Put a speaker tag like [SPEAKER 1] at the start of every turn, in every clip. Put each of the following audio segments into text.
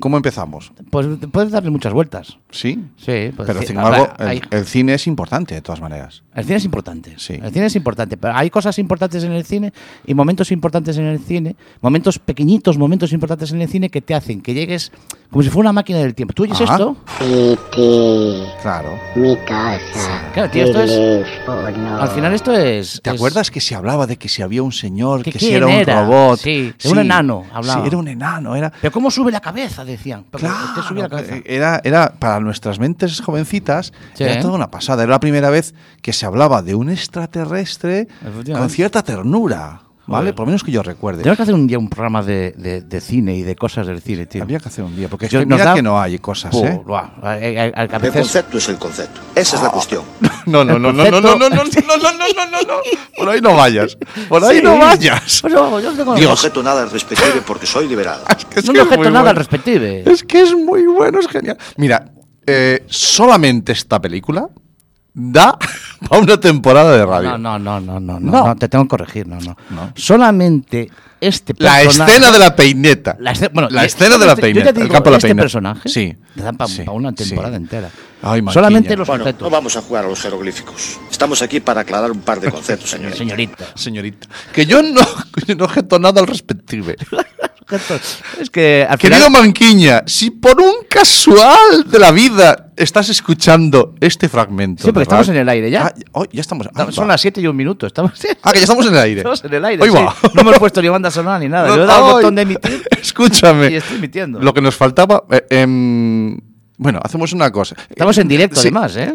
[SPEAKER 1] ¿Cómo empezamos?
[SPEAKER 2] Pues puedes darle muchas vueltas.
[SPEAKER 1] Sí.
[SPEAKER 2] Sí, pues
[SPEAKER 1] pero
[SPEAKER 2] sí,
[SPEAKER 1] sin embargo,
[SPEAKER 2] habrá- hay-
[SPEAKER 1] el, el cine es importante de todas maneras.
[SPEAKER 2] El cine es importante.
[SPEAKER 1] Sí.
[SPEAKER 2] El cine es importante. Pero hay cosas importantes en el cine y momentos importantes en el cine, momentos pequeñitos, momentos importantes en el cine que te hacen que llegues como si fuera una máquina del tiempo. ¿Tú oyes
[SPEAKER 1] Ajá.
[SPEAKER 2] esto?
[SPEAKER 3] Piti,
[SPEAKER 1] Claro.
[SPEAKER 3] Este, mi casa,
[SPEAKER 2] Claro, tío, esto es-
[SPEAKER 3] teléfono.
[SPEAKER 2] Al final esto es.
[SPEAKER 1] ¿Te
[SPEAKER 2] es-
[SPEAKER 1] acuerdas que se hablaba de que si había un señor,
[SPEAKER 2] ¿Que
[SPEAKER 1] que, si
[SPEAKER 2] quién
[SPEAKER 1] era un
[SPEAKER 2] era?
[SPEAKER 1] robot?
[SPEAKER 2] Sí, de un enano hablaba.
[SPEAKER 1] Sí, era un enano, era...
[SPEAKER 2] Pero cómo sube la cabeza, decían. Pero
[SPEAKER 1] Claro,
[SPEAKER 2] ¿qué sube la cabeza?
[SPEAKER 1] eh, era, era para nuestras mentes jovencitas
[SPEAKER 2] Sí.
[SPEAKER 1] era toda una pasada. Era la primera vez que se hablaba de un extraterrestre
[SPEAKER 2] Efectivamente.
[SPEAKER 1] con cierta ternura, ¿vale?
[SPEAKER 2] Joder.
[SPEAKER 1] Por lo menos que yo recuerde.
[SPEAKER 2] Tenemos que hacer un día un programa de, de- de cine y de cosas del cine, tío.
[SPEAKER 1] Había que hacer un día, porque es
[SPEAKER 2] Yo-
[SPEAKER 1] que
[SPEAKER 2] nos
[SPEAKER 1] mira
[SPEAKER 2] da-
[SPEAKER 1] que no hay cosas,
[SPEAKER 2] Buah,
[SPEAKER 1] ¿eh?
[SPEAKER 2] buah. A- a- a- a
[SPEAKER 4] El
[SPEAKER 2] veces- Ah.
[SPEAKER 4] concepto es el concepto. Esa es la cuestión.
[SPEAKER 1] No, no,
[SPEAKER 2] El
[SPEAKER 1] no, no, no, no, no, no,
[SPEAKER 2] concepto-
[SPEAKER 1] no, no, no, no, no, no. Por ahí no vayas. Por ahí
[SPEAKER 2] Sí.
[SPEAKER 1] no vayas.
[SPEAKER 2] Pues no, yo tengo-
[SPEAKER 4] No objeto nada al respectivo porque soy liberal.
[SPEAKER 1] Es que es
[SPEAKER 2] no
[SPEAKER 1] que
[SPEAKER 2] le
[SPEAKER 1] es
[SPEAKER 2] objeto
[SPEAKER 1] muy
[SPEAKER 2] nada al
[SPEAKER 1] bueno.
[SPEAKER 2] respective.
[SPEAKER 1] Es que es muy bueno, es genial. Mira, eh, solamente esta película da para una temporada de radio.
[SPEAKER 2] No, no, no, no, no, no,
[SPEAKER 1] No.
[SPEAKER 2] no, te tengo que corregir, no, no.
[SPEAKER 1] No.
[SPEAKER 2] Solamente este
[SPEAKER 1] La
[SPEAKER 2] personaje-
[SPEAKER 1] escena de la peineta.
[SPEAKER 2] La, escena- bueno,
[SPEAKER 1] La
[SPEAKER 2] eh,
[SPEAKER 1] escena de la
[SPEAKER 2] yo ya te
[SPEAKER 1] peineta,
[SPEAKER 2] digo,
[SPEAKER 1] el campo de la
[SPEAKER 2] este
[SPEAKER 1] peineta.
[SPEAKER 2] personaje
[SPEAKER 1] Sí,
[SPEAKER 2] te dan para
[SPEAKER 1] sí,
[SPEAKER 2] una
[SPEAKER 1] sí.
[SPEAKER 2] temporada entera.
[SPEAKER 1] Ay, Marquiña.
[SPEAKER 2] Solamente los
[SPEAKER 4] Bueno,
[SPEAKER 2] conceptos.
[SPEAKER 4] no vamos a jugar a los jeroglíficos. Estamos aquí para aclarar un par de conceptos, señores.
[SPEAKER 2] Señorita.
[SPEAKER 1] Señorita. Que yo no, yo no objeto nada al respective.
[SPEAKER 2] Es que al
[SPEAKER 1] Querido
[SPEAKER 2] final,
[SPEAKER 1] Manquiña, si por un casual de la vida estás escuchando este fragmento.
[SPEAKER 2] Sí, pero
[SPEAKER 1] de
[SPEAKER 2] estamos
[SPEAKER 1] radio-
[SPEAKER 2] en el aire ya.
[SPEAKER 1] Ah, oh, ya estamos. Ah,
[SPEAKER 2] son
[SPEAKER 1] va.
[SPEAKER 2] las 7 y un minuto. Estamos,
[SPEAKER 1] Ah, que ya estamos en el aire.
[SPEAKER 2] estamos en el aire.
[SPEAKER 1] Ahí
[SPEAKER 2] sí.
[SPEAKER 1] va.
[SPEAKER 2] No hemos puesto ni banda sonora ni nada.
[SPEAKER 1] No,
[SPEAKER 2] Yo he dado al
[SPEAKER 1] ay,
[SPEAKER 2] botón de emitir
[SPEAKER 1] Escúchame.
[SPEAKER 2] y estoy emitiendo.
[SPEAKER 1] Lo que nos faltaba. eh, em, bueno, hacemos una cosa.
[SPEAKER 2] Estamos en directo,
[SPEAKER 1] Sí.
[SPEAKER 2] además, ¿eh?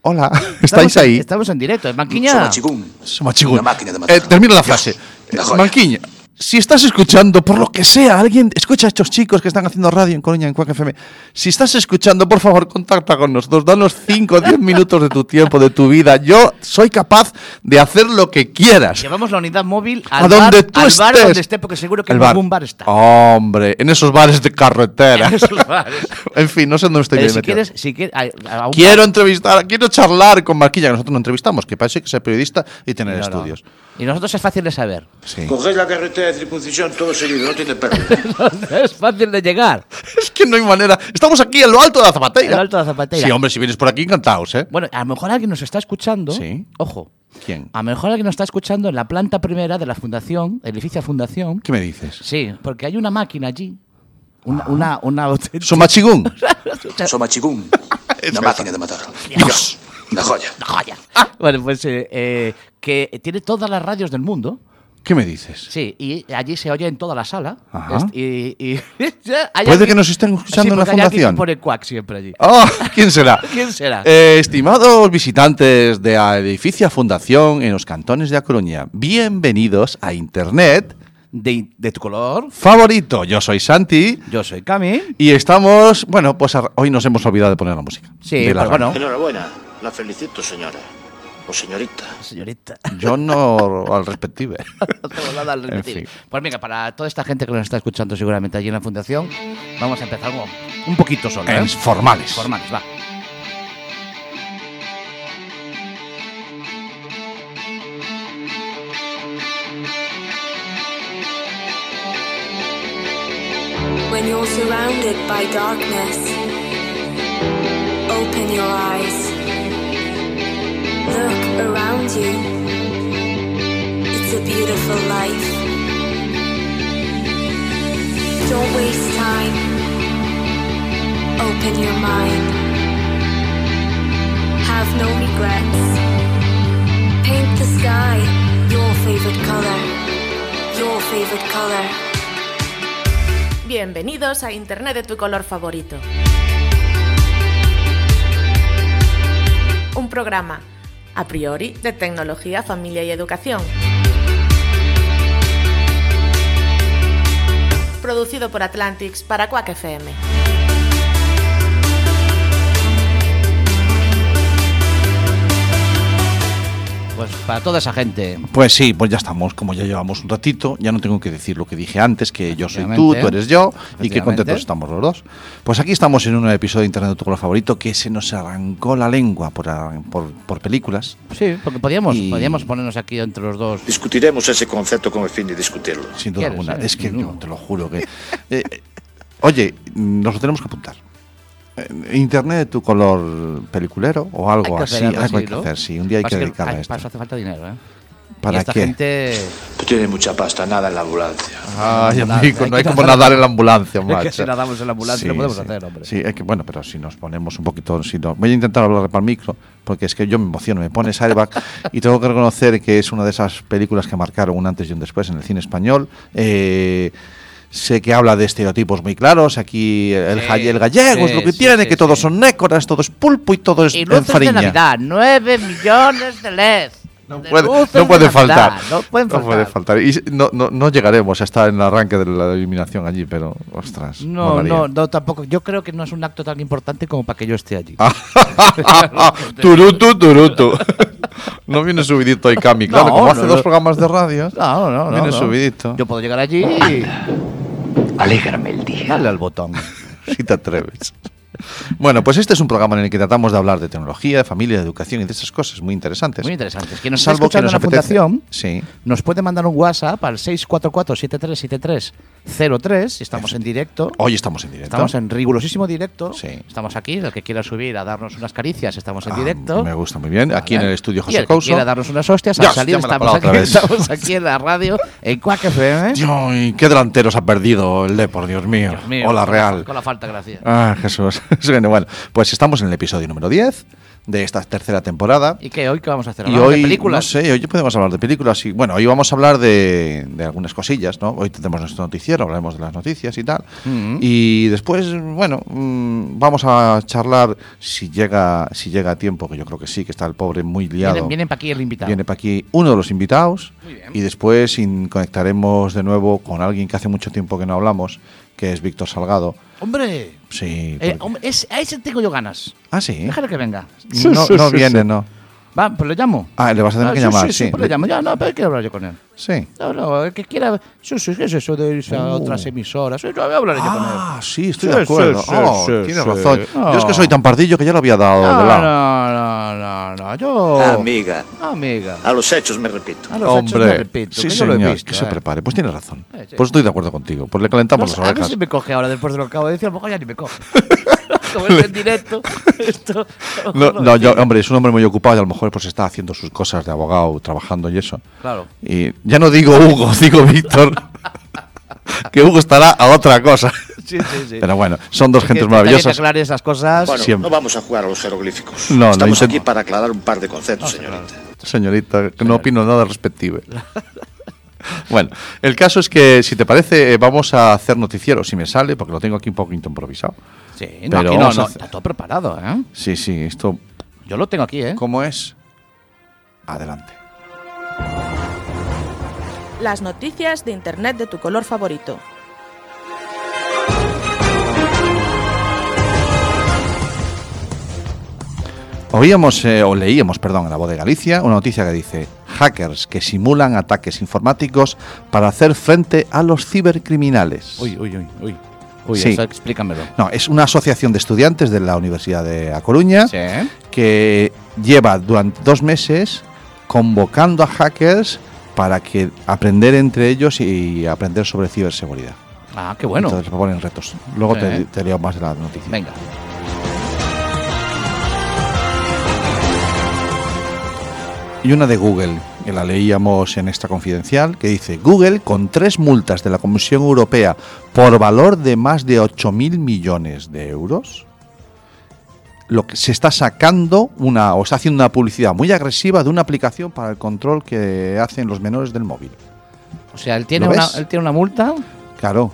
[SPEAKER 1] Hola,
[SPEAKER 2] Estamos
[SPEAKER 1] ¿estáis
[SPEAKER 2] en-
[SPEAKER 1] ahí?
[SPEAKER 2] Estamos en directo. Manquiña.
[SPEAKER 4] Somos chigún.
[SPEAKER 1] Somachigún.
[SPEAKER 4] Una máquina de matar.
[SPEAKER 1] Eh, termino la frase.
[SPEAKER 4] la
[SPEAKER 1] Eh,
[SPEAKER 4] joya.
[SPEAKER 1] Manquiña, si estás escuchando, por lo que sea, alguien escucha a estos chicos que están haciendo radio en Coruña, en Cuac FM. Si estás escuchando, por favor, contacta con nosotros. Danos 5 o 10 minutos de tu tiempo, de tu vida. Yo soy capaz de hacer lo que quieras.
[SPEAKER 2] Llevamos la unidad móvil al,
[SPEAKER 1] A donde
[SPEAKER 2] bar,
[SPEAKER 1] tú
[SPEAKER 2] al
[SPEAKER 1] estés.
[SPEAKER 2] bar donde esté, porque seguro que
[SPEAKER 1] El
[SPEAKER 2] en
[SPEAKER 1] bar. Oh,
[SPEAKER 2] algún bar está.
[SPEAKER 1] Hombre, en esos bares de carretera.
[SPEAKER 2] En esos bares.
[SPEAKER 1] en fin, no sé dónde estoy
[SPEAKER 2] Pero
[SPEAKER 1] bien
[SPEAKER 2] si
[SPEAKER 1] metido.
[SPEAKER 2] quieres, si quieres, a- a un
[SPEAKER 1] Quiero entrevistar, quiero charlar con Marquilla, que nosotros no entrevistamos, que parece que sea periodista y tener
[SPEAKER 2] No, no.
[SPEAKER 1] estudios.
[SPEAKER 2] Y nosotros es fácil de saber.
[SPEAKER 1] Sí.
[SPEAKER 4] Cogéis la carretera de circuncisión todo seguido, no tiene perro.
[SPEAKER 2] es fácil de llegar.
[SPEAKER 1] Es que no hay manera. Estamos aquí en lo alto de la zapateira.
[SPEAKER 2] En lo alto de la zapateira.
[SPEAKER 1] Sí, hombre, si vienes por aquí, encantaos, ¿eh?
[SPEAKER 2] Bueno, a lo mejor alguien nos está escuchando.
[SPEAKER 1] Sí.
[SPEAKER 2] Ojo.
[SPEAKER 1] ¿Quién?
[SPEAKER 2] A lo mejor alguien nos está escuchando en la planta primera de la fundación, el edificio fundación.
[SPEAKER 1] ¿Qué me dices?
[SPEAKER 2] Sí, porque hay una máquina allí. Una, una, una auténtica-
[SPEAKER 1] Somachigún.
[SPEAKER 4] Somachigún. Una máquina de matar.
[SPEAKER 1] Dios.
[SPEAKER 4] Una joya.
[SPEAKER 2] joya.
[SPEAKER 1] Ah.
[SPEAKER 2] Bueno, pues eh, eh, que tiene todas las radios del mundo.
[SPEAKER 1] ¿Qué me dices?
[SPEAKER 2] Sí, y allí se oye en toda la sala.
[SPEAKER 1] Ajá.
[SPEAKER 2] Es- Y, y- ya hay
[SPEAKER 1] Puede
[SPEAKER 2] alguien-
[SPEAKER 1] que nos estén escuchando en
[SPEAKER 2] Sí,
[SPEAKER 1] la
[SPEAKER 2] porque hay alguien que
[SPEAKER 1] fundación.
[SPEAKER 2] pone cuac siempre allí.
[SPEAKER 1] Oh, ¿Quién será?
[SPEAKER 2] ¿Quién será?
[SPEAKER 1] Eh, estimados visitantes de la edificia Fundación en los cantones de A Coruña, bienvenidos a Internet
[SPEAKER 2] De, de tu color.
[SPEAKER 1] favorito. Yo soy Santi
[SPEAKER 2] Yo soy Cami.
[SPEAKER 1] y estamos. Bueno, pues ar- hoy nos hemos olvidado de poner la música.
[SPEAKER 2] Sí,
[SPEAKER 1] De la
[SPEAKER 2] pero
[SPEAKER 1] radio.
[SPEAKER 2] bueno.
[SPEAKER 4] Enhorabuena. La felicito, señora. O señorita.
[SPEAKER 2] Señorita.
[SPEAKER 1] Yo no al respective.
[SPEAKER 2] No tengo nada al repetir.
[SPEAKER 1] En fin.
[SPEAKER 2] Pues venga, para toda esta gente que nos está escuchando seguramente allí en la fundación, vamos a empezar un, un poquito solo. ¿eh?
[SPEAKER 1] En formales.
[SPEAKER 2] Formales, va.
[SPEAKER 5] When you're surrounded by darkness, open your eyes. Look around you. It's a beautiful life. Don't waste time. Open your mind. Have no regrets. Paint the sky your favorite color. Your favorite color.
[SPEAKER 6] Bienvenidos a Internet de tu color favorito. Un programa, a priori, de tecnología, familia y educación. Producido por Atlantics para Quack FM.
[SPEAKER 2] Pues para toda esa gente.
[SPEAKER 1] Pues sí, pues ya estamos, como ya llevamos un ratito, ya no tengo que decir lo que dije antes, que yo soy tú,
[SPEAKER 2] Efectivamente.
[SPEAKER 1] tú eres yo, y
[SPEAKER 2] Efectivamente.
[SPEAKER 1] qué contentos estamos los dos. Pues aquí estamos en un episodio de Internet de tu color favorito que se nos arrancó la lengua por, ar- por, por películas.
[SPEAKER 2] Sí, porque podíamos,
[SPEAKER 1] Y-
[SPEAKER 2] podíamos ponernos aquí entre los dos.
[SPEAKER 4] Discutiremos ese concepto con el fin de discutirlo.
[SPEAKER 1] Sin duda
[SPEAKER 2] ¿Quieres,
[SPEAKER 1] alguna,
[SPEAKER 2] eh?
[SPEAKER 1] es que
[SPEAKER 2] Sin duda.
[SPEAKER 1] yo te lo juro que... eh, eh, Oye, nos lo tenemos que apuntar. Eh, Internet de tu color peliculero o algo
[SPEAKER 2] que
[SPEAKER 1] así.
[SPEAKER 2] hacer algo
[SPEAKER 1] Algo hay
[SPEAKER 2] así,
[SPEAKER 1] que
[SPEAKER 2] ¿no?
[SPEAKER 1] hacer, sí. Un día hay
[SPEAKER 2] Pasa
[SPEAKER 1] que
[SPEAKER 2] que
[SPEAKER 1] dedicarle
[SPEAKER 2] hay-
[SPEAKER 1] a esto.
[SPEAKER 2] Para eso hace falta dinero, ¿eh? y
[SPEAKER 1] ¿Para
[SPEAKER 2] esta
[SPEAKER 1] qué?
[SPEAKER 2] gente...
[SPEAKER 4] Tú tienes mucha pasta, nada en la ambulancia.
[SPEAKER 1] Ay,
[SPEAKER 2] ambulancia,
[SPEAKER 1] amigo,
[SPEAKER 2] hay
[SPEAKER 1] no hay
[SPEAKER 2] que
[SPEAKER 1] como
[SPEAKER 2] nadar-
[SPEAKER 1] nadar en la ambulancia,
[SPEAKER 2] que
[SPEAKER 1] macho.
[SPEAKER 2] si nadamos en la ambulancia lo podemos
[SPEAKER 1] sí.
[SPEAKER 2] hacer, hombre.
[SPEAKER 1] Sí, es que bueno, pero si nos ponemos un poquito... Si no, voy a intentar hablar para el micro, porque es que yo me emociono, me pones airbag y tengo que reconocer que es una de esas películas que marcaron un antes y un después en el cine español. Eh, Sé que habla de estereotipos muy claros. Aquí el,
[SPEAKER 2] Sí,
[SPEAKER 1] ja- el gallego es
[SPEAKER 2] sí,
[SPEAKER 1] lo que
[SPEAKER 2] sí,
[SPEAKER 1] tiene,
[SPEAKER 2] sí,
[SPEAKER 1] que todos
[SPEAKER 2] sí.
[SPEAKER 1] son nécoras, todo es pulpo y todo es
[SPEAKER 2] Y luces
[SPEAKER 1] enfariña.
[SPEAKER 2] de Navidad, 9 millones de LEDs.
[SPEAKER 1] No
[SPEAKER 2] De
[SPEAKER 1] puede,
[SPEAKER 2] luces
[SPEAKER 1] no
[SPEAKER 2] de
[SPEAKER 1] puede
[SPEAKER 2] Navidad,
[SPEAKER 1] faltar.
[SPEAKER 2] No pueden faltar.
[SPEAKER 1] puede faltar. Y s- no, no, no llegaremos a estar en el arranque de la eliminación allí, pero ostras.
[SPEAKER 2] No,
[SPEAKER 1] molaría.
[SPEAKER 2] no, no, tampoco. Yo creo que no es un acto tan importante como para que yo esté allí.
[SPEAKER 1] Ah, turutu, turutu. No viene subidito ahí Cami, claro,
[SPEAKER 2] No,
[SPEAKER 1] como
[SPEAKER 2] no,
[SPEAKER 1] hace
[SPEAKER 2] no.
[SPEAKER 1] dos programas de radio.
[SPEAKER 2] No, no, no.
[SPEAKER 1] Viene
[SPEAKER 2] no.
[SPEAKER 1] subidito. Ah,
[SPEAKER 2] Yo puedo llegar allí y
[SPEAKER 7] Alégrame el día.
[SPEAKER 2] darle al botón.
[SPEAKER 1] Si te atreves. Bueno, pues este es un programa en el que tratamos de hablar de tecnología, de familia, de educación y de esas cosas muy interesantes.
[SPEAKER 2] Muy interesante. Es que nos
[SPEAKER 1] Salvo que
[SPEAKER 2] está escuchando
[SPEAKER 1] nos
[SPEAKER 2] la
[SPEAKER 1] apetece.
[SPEAKER 2] fundación.
[SPEAKER 1] Sí.
[SPEAKER 2] Nos puede mandar un WhatsApp al 644-737303. si Estamos en directo.
[SPEAKER 1] Hoy estamos en directo.
[SPEAKER 2] Estamos en rigurosísimo directo.
[SPEAKER 1] Oh, Sí.
[SPEAKER 2] Estamos aquí. El que quiera subir a darnos unas caricias, estamos en
[SPEAKER 1] Ah,
[SPEAKER 2] directo.
[SPEAKER 1] Me gusta muy bien. Aquí
[SPEAKER 2] ¿Vale?
[SPEAKER 1] en el estudio
[SPEAKER 2] y
[SPEAKER 1] José
[SPEAKER 2] el que
[SPEAKER 1] Couso.
[SPEAKER 2] quiera darnos unas hostias,
[SPEAKER 1] Ya,
[SPEAKER 2] al salir
[SPEAKER 1] ya me la he
[SPEAKER 2] estamos
[SPEAKER 1] colado otra
[SPEAKER 2] aquí,
[SPEAKER 1] vez.
[SPEAKER 2] estamos aquí en la radio, en Quack FM.
[SPEAKER 1] Tío, ¿y qué delanteros ha perdido el Depor, Dios mío.
[SPEAKER 2] Dios mío,
[SPEAKER 1] Hola
[SPEAKER 2] con
[SPEAKER 1] Real.
[SPEAKER 2] Con la falta, gracias.
[SPEAKER 1] Ah, Jesús. Bueno, bueno, pues estamos en el episodio número 10 de esta tercera temporada.
[SPEAKER 2] ¿Y qué? ¿Hoy qué vamos a hacer?
[SPEAKER 1] Y
[SPEAKER 2] ¿Hablamos
[SPEAKER 1] hoy,
[SPEAKER 2] de películas?
[SPEAKER 1] no sé, hoy podemos hablar de películas. Y, bueno, hoy vamos a hablar de, de algunas cosillas, ¿no? Hoy tenemos nuestro noticiero, hablaremos de las noticias y tal.
[SPEAKER 2] Mm.
[SPEAKER 1] Y después, bueno, mm, vamos a charlar si llega, si llega a tiempo, que yo creo que sí, que está el pobre muy liado.
[SPEAKER 2] Vienen, vienen para aquí el invitado.
[SPEAKER 1] Viene para aquí uno de los invitados y después in- conectaremos de nuevo con alguien que hace mucho tiempo que no hablamos, que es Víctor Salgado.
[SPEAKER 2] Hombre,
[SPEAKER 1] Sí.
[SPEAKER 2] eh,
[SPEAKER 1] porque-
[SPEAKER 2] hombre, es- a ese tengo yo ganas.
[SPEAKER 1] ah, sí.
[SPEAKER 2] Déjale que venga.
[SPEAKER 1] no no viene, ¿no?
[SPEAKER 2] Va, pues lo llamo.
[SPEAKER 1] Ah, le vas a tener
[SPEAKER 2] Ah,
[SPEAKER 1] que
[SPEAKER 2] sí,
[SPEAKER 1] llamar,
[SPEAKER 2] Sí, sí,
[SPEAKER 1] sí.
[SPEAKER 2] pues le llamo. Ya, no, pero quiero hablar yo con él.
[SPEAKER 1] Sí.
[SPEAKER 2] No, no, el que quiera. Sí, sí, ¿qué es eso de irse a
[SPEAKER 1] Uh.
[SPEAKER 2] otras emisoras? Sí, yo hablaré yo con él.
[SPEAKER 1] Ah, sí, estoy
[SPEAKER 2] Sí,
[SPEAKER 1] de acuerdo.
[SPEAKER 2] sí,
[SPEAKER 1] Oh,
[SPEAKER 2] sí,
[SPEAKER 1] tienes
[SPEAKER 2] sí.
[SPEAKER 1] razón. Yo es que
[SPEAKER 2] Ah.
[SPEAKER 1] soy tan pardillo que ya lo había dado
[SPEAKER 2] No,
[SPEAKER 1] Ah, de lado.
[SPEAKER 2] no, no, no, no, yo.
[SPEAKER 4] Amiga,
[SPEAKER 2] Amiga.
[SPEAKER 4] a los hechos me repito.
[SPEAKER 2] A los hechos
[SPEAKER 1] Hombre,
[SPEAKER 2] me repito,
[SPEAKER 1] sí,
[SPEAKER 2] que yo lo he
[SPEAKER 1] señor,
[SPEAKER 2] visto,
[SPEAKER 1] que se
[SPEAKER 2] eh.
[SPEAKER 1] prepare. Pues tienes razón.
[SPEAKER 2] Eh, sí.
[SPEAKER 1] Pues estoy de acuerdo contigo. Pues le
[SPEAKER 2] No
[SPEAKER 1] calentamos
[SPEAKER 2] sé,
[SPEAKER 1] las
[SPEAKER 2] a mí
[SPEAKER 1] orejas.
[SPEAKER 2] si me coge ahora después de lo que acabo de decir, a lo mejor ya ni me coge. Como es en directo, esto.
[SPEAKER 1] No, no, yo, hombre, es un hombre muy ocupado y a lo mejor pues está haciendo sus cosas de abogado, trabajando y eso.
[SPEAKER 2] Claro.
[SPEAKER 1] Y ya no digo Hugo, digo Víctor. que Hugo estará a otra cosa.
[SPEAKER 2] Sí, sí, sí.
[SPEAKER 1] Pero bueno, son dos
[SPEAKER 2] Es que
[SPEAKER 1] gentes
[SPEAKER 2] está bien
[SPEAKER 1] maravillosas.
[SPEAKER 2] aclarar esas cosas.
[SPEAKER 4] Bueno,
[SPEAKER 1] Siempre.
[SPEAKER 4] no vamos a jugar a los jeroglíficos.
[SPEAKER 1] No, no,
[SPEAKER 4] Estamos
[SPEAKER 1] intent-
[SPEAKER 4] aquí para aclarar un par de conceptos, señorita.
[SPEAKER 1] Señorita, que no opino nada al respective. Bueno, el caso es que, si te parece, eh, vamos a hacer noticiero, si me sale, porque lo tengo aquí un poquito improvisado.
[SPEAKER 2] sí, no,
[SPEAKER 1] pero
[SPEAKER 2] aquí no,
[SPEAKER 1] vamos a
[SPEAKER 2] no,
[SPEAKER 1] hacer-
[SPEAKER 2] está todo preparado, ¿eh?
[SPEAKER 1] Sí, sí, esto,
[SPEAKER 2] Yo lo tengo aquí, ¿eh?
[SPEAKER 1] ¿cómo es? Adelante.
[SPEAKER 6] Las noticias de Internet de tu color favorito.
[SPEAKER 1] Oíamos, eh, o leíamos, perdón, en la voz de Galicia, una noticia que dice, hackers que simulan ataques informáticos para hacer frente a los cibercriminales.
[SPEAKER 2] Uy, uy, uy, uy. Uy,
[SPEAKER 1] Sí. ¿Eh?
[SPEAKER 2] eso explícamelo.
[SPEAKER 1] No, es una asociación de estudiantes de la Universidad de A Coruña.
[SPEAKER 2] Sí.
[SPEAKER 1] que lleva durante dos meses convocando a hackers para que aprender entre ellos y aprender sobre ciberseguridad.
[SPEAKER 2] Ah, qué bueno.
[SPEAKER 1] Entonces proponen retos. Luego
[SPEAKER 2] Sí.
[SPEAKER 1] te, te leo más de la noticia.
[SPEAKER 2] Venga.
[SPEAKER 1] Y una de Google, que la leíamos en esta confidencial, que dice, Google con tres multas de la Comisión Europea por valor de más de 8.000 millones de euros, lo que se está sacando una, o está haciendo una publicidad muy agresiva de una aplicación para el control que hacen los menores del móvil.
[SPEAKER 2] O sea, él tiene,
[SPEAKER 1] ¿Lo
[SPEAKER 2] una,
[SPEAKER 1] ves?
[SPEAKER 2] él tiene una multa.
[SPEAKER 1] Claro.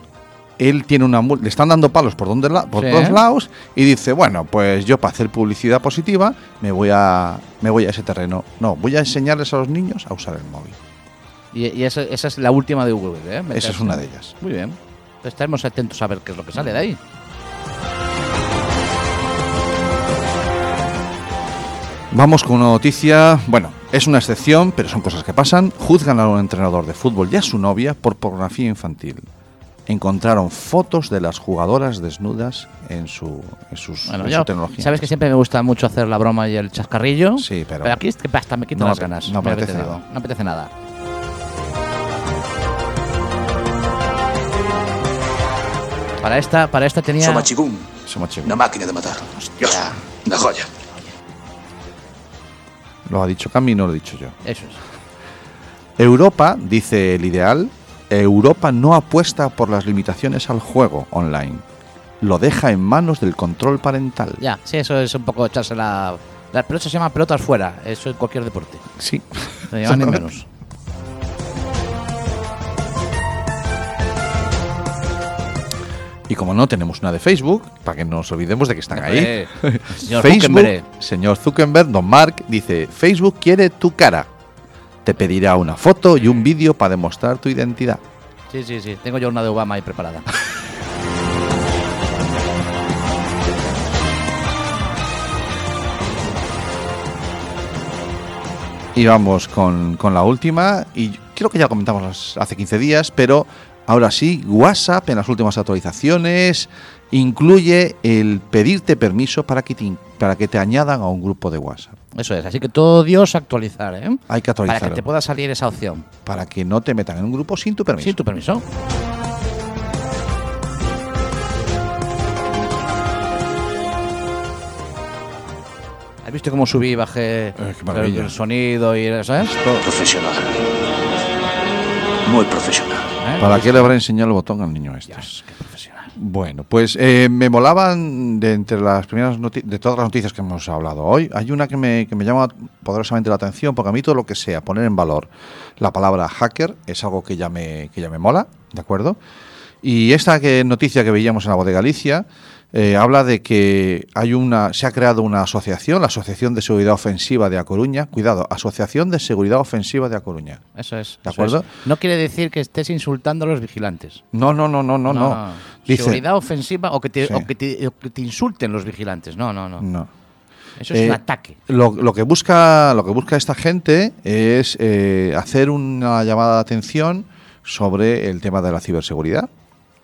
[SPEAKER 1] Él tiene una mul- le están dando palos por donde la- por
[SPEAKER 2] Sí.
[SPEAKER 1] todos lados y dice, bueno, pues yo para hacer publicidad positiva me voy a me voy a ese terreno. No, voy a enseñarles a los niños a usar el móvil.
[SPEAKER 2] Y, y esa, esa es la última de Google, ¿eh?
[SPEAKER 1] Esa es una de ellas.
[SPEAKER 2] Muy bien. Pues estaremos atentos a ver qué es lo que sale de ahí.
[SPEAKER 1] Vamos con una noticia, bueno, es una excepción, pero son cosas que pasan. Juzgan a un entrenador de fútbol y a su novia por pornografía infantil. Encontraron fotos de las jugadoras desnudas en su en sus
[SPEAKER 2] Bueno,
[SPEAKER 1] en
[SPEAKER 2] yo-
[SPEAKER 1] su tecnología.
[SPEAKER 2] Sabes que siempre me gusta mucho hacer la broma y el chascarrillo.
[SPEAKER 1] Sí, pero-
[SPEAKER 2] aquí es que hasta me quitan
[SPEAKER 1] No
[SPEAKER 2] las
[SPEAKER 1] ape-
[SPEAKER 2] ganas.
[SPEAKER 1] no
[SPEAKER 2] Mira,
[SPEAKER 1] apetece
[SPEAKER 2] te digo,
[SPEAKER 1] nada.
[SPEAKER 2] No apetece nada. Para esta, para esta tenía.
[SPEAKER 4] Somachigún,
[SPEAKER 1] Somachigún.
[SPEAKER 4] una máquina de matar. Hostia, una joya.
[SPEAKER 1] Lo ha dicho Cami, no lo he dicho yo.
[SPEAKER 2] Eso es.
[SPEAKER 1] Europa, dice el ideal, Europa no apuesta por las limitaciones al juego online. Lo deja en manos del control parental.
[SPEAKER 2] Ya, sí, eso es un poco echarse la. La pelota se llama pelotas fuera, eso en cualquier deporte.
[SPEAKER 1] Sí.
[SPEAKER 2] Se llaman ni menos.
[SPEAKER 1] Y como no tenemos una de Facebook, para que no nos olvidemos de que están ahí.
[SPEAKER 2] Eh, señor
[SPEAKER 1] Facebook,
[SPEAKER 2] Zuckerberg.
[SPEAKER 1] señor Zuckerberg, don Mark, dice, Facebook quiere tu cara. Te pedirá una foto y un vídeo para demostrar tu identidad.
[SPEAKER 2] Sí, sí, sí. Tengo yo una de Obama ahí preparada.
[SPEAKER 1] Y vamos con, con la última. Y creo que ya comentamos las- hace 15 días, pero ahora sí, WhatsApp en las últimas actualizaciones incluye el pedirte permiso para que te, in- para que te añadan a un grupo de WhatsApp.
[SPEAKER 2] Eso es. Así que todo Dios actualizar, ¿eh?
[SPEAKER 1] Hay que
[SPEAKER 2] Para
[SPEAKER 1] actualizarlo.
[SPEAKER 2] que te pueda salir esa opción.
[SPEAKER 1] para que no te metan en un grupo sin tu permiso.
[SPEAKER 2] Sin tu permiso. ¿Has visto cómo subí y bajé
[SPEAKER 1] Eh, qué
[SPEAKER 2] el,
[SPEAKER 1] maravilla.
[SPEAKER 2] el sonido y eso, ¿sabes?
[SPEAKER 4] Profesional. Muy profesional.
[SPEAKER 2] ¿Eh?
[SPEAKER 1] ¿Para qué le habrá enseñado el botón al niño este?
[SPEAKER 2] Dios, qué profesional.
[SPEAKER 1] Bueno, pues eh, me molaban de entre las primeras noti- de todas las noticias que hemos hablado hoy. Hay una que me, que me llama poderosamente la atención porque a mí todo lo que sea poner en valor la palabra hacker es algo que ya me, que ya me mola, ¿de acuerdo? Y esta que, noticia que veíamos en la voz de Galicia eh, habla de que hay una, se ha creado una asociación, la Asociación de Seguridad Ofensiva de A Coruña. Cuidado, Asociación de Seguridad Ofensiva de A Coruña.
[SPEAKER 2] Eso es.
[SPEAKER 1] ¿De
[SPEAKER 2] eso es.
[SPEAKER 1] acuerdo?
[SPEAKER 2] No quiere decir que estés insultando a los vigilantes. Ah,
[SPEAKER 1] No, no, no, no, no, no. Dice,
[SPEAKER 2] Seguridad ofensiva o que, te,
[SPEAKER 1] Sí.
[SPEAKER 2] o que te- o que te insulten los vigilantes. No, no, no.
[SPEAKER 1] no.
[SPEAKER 2] Eso es
[SPEAKER 1] Eh,
[SPEAKER 2] un ataque.
[SPEAKER 1] Lo, lo que busca, lo que busca esta gente es eh, hacer una llamada de atención sobre el tema de la ciberseguridad.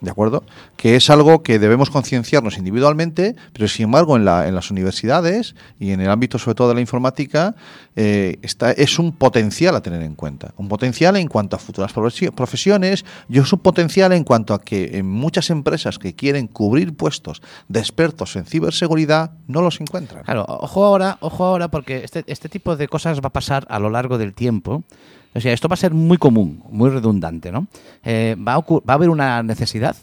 [SPEAKER 1] ¿De acuerdo? Que es algo que debemos concienciarnos individualmente, pero sin embargo en, la- en las universidades y en el ámbito sobre todo de la informática eh, está, es un potencial a tener en cuenta. Un potencial en cuanto a futuras profesi- profesiones y es un potencial en cuanto a que en muchas empresas que quieren cubrir puestos de expertos en ciberseguridad no los encuentran.
[SPEAKER 2] Claro, ojo ahora, ojo ahora, porque este, este tipo de cosas va a pasar a lo largo del tiempo. O sea, esto va a ser muy común, muy redundante, ¿no? Eh, va, a ocu- va a haber una necesidad.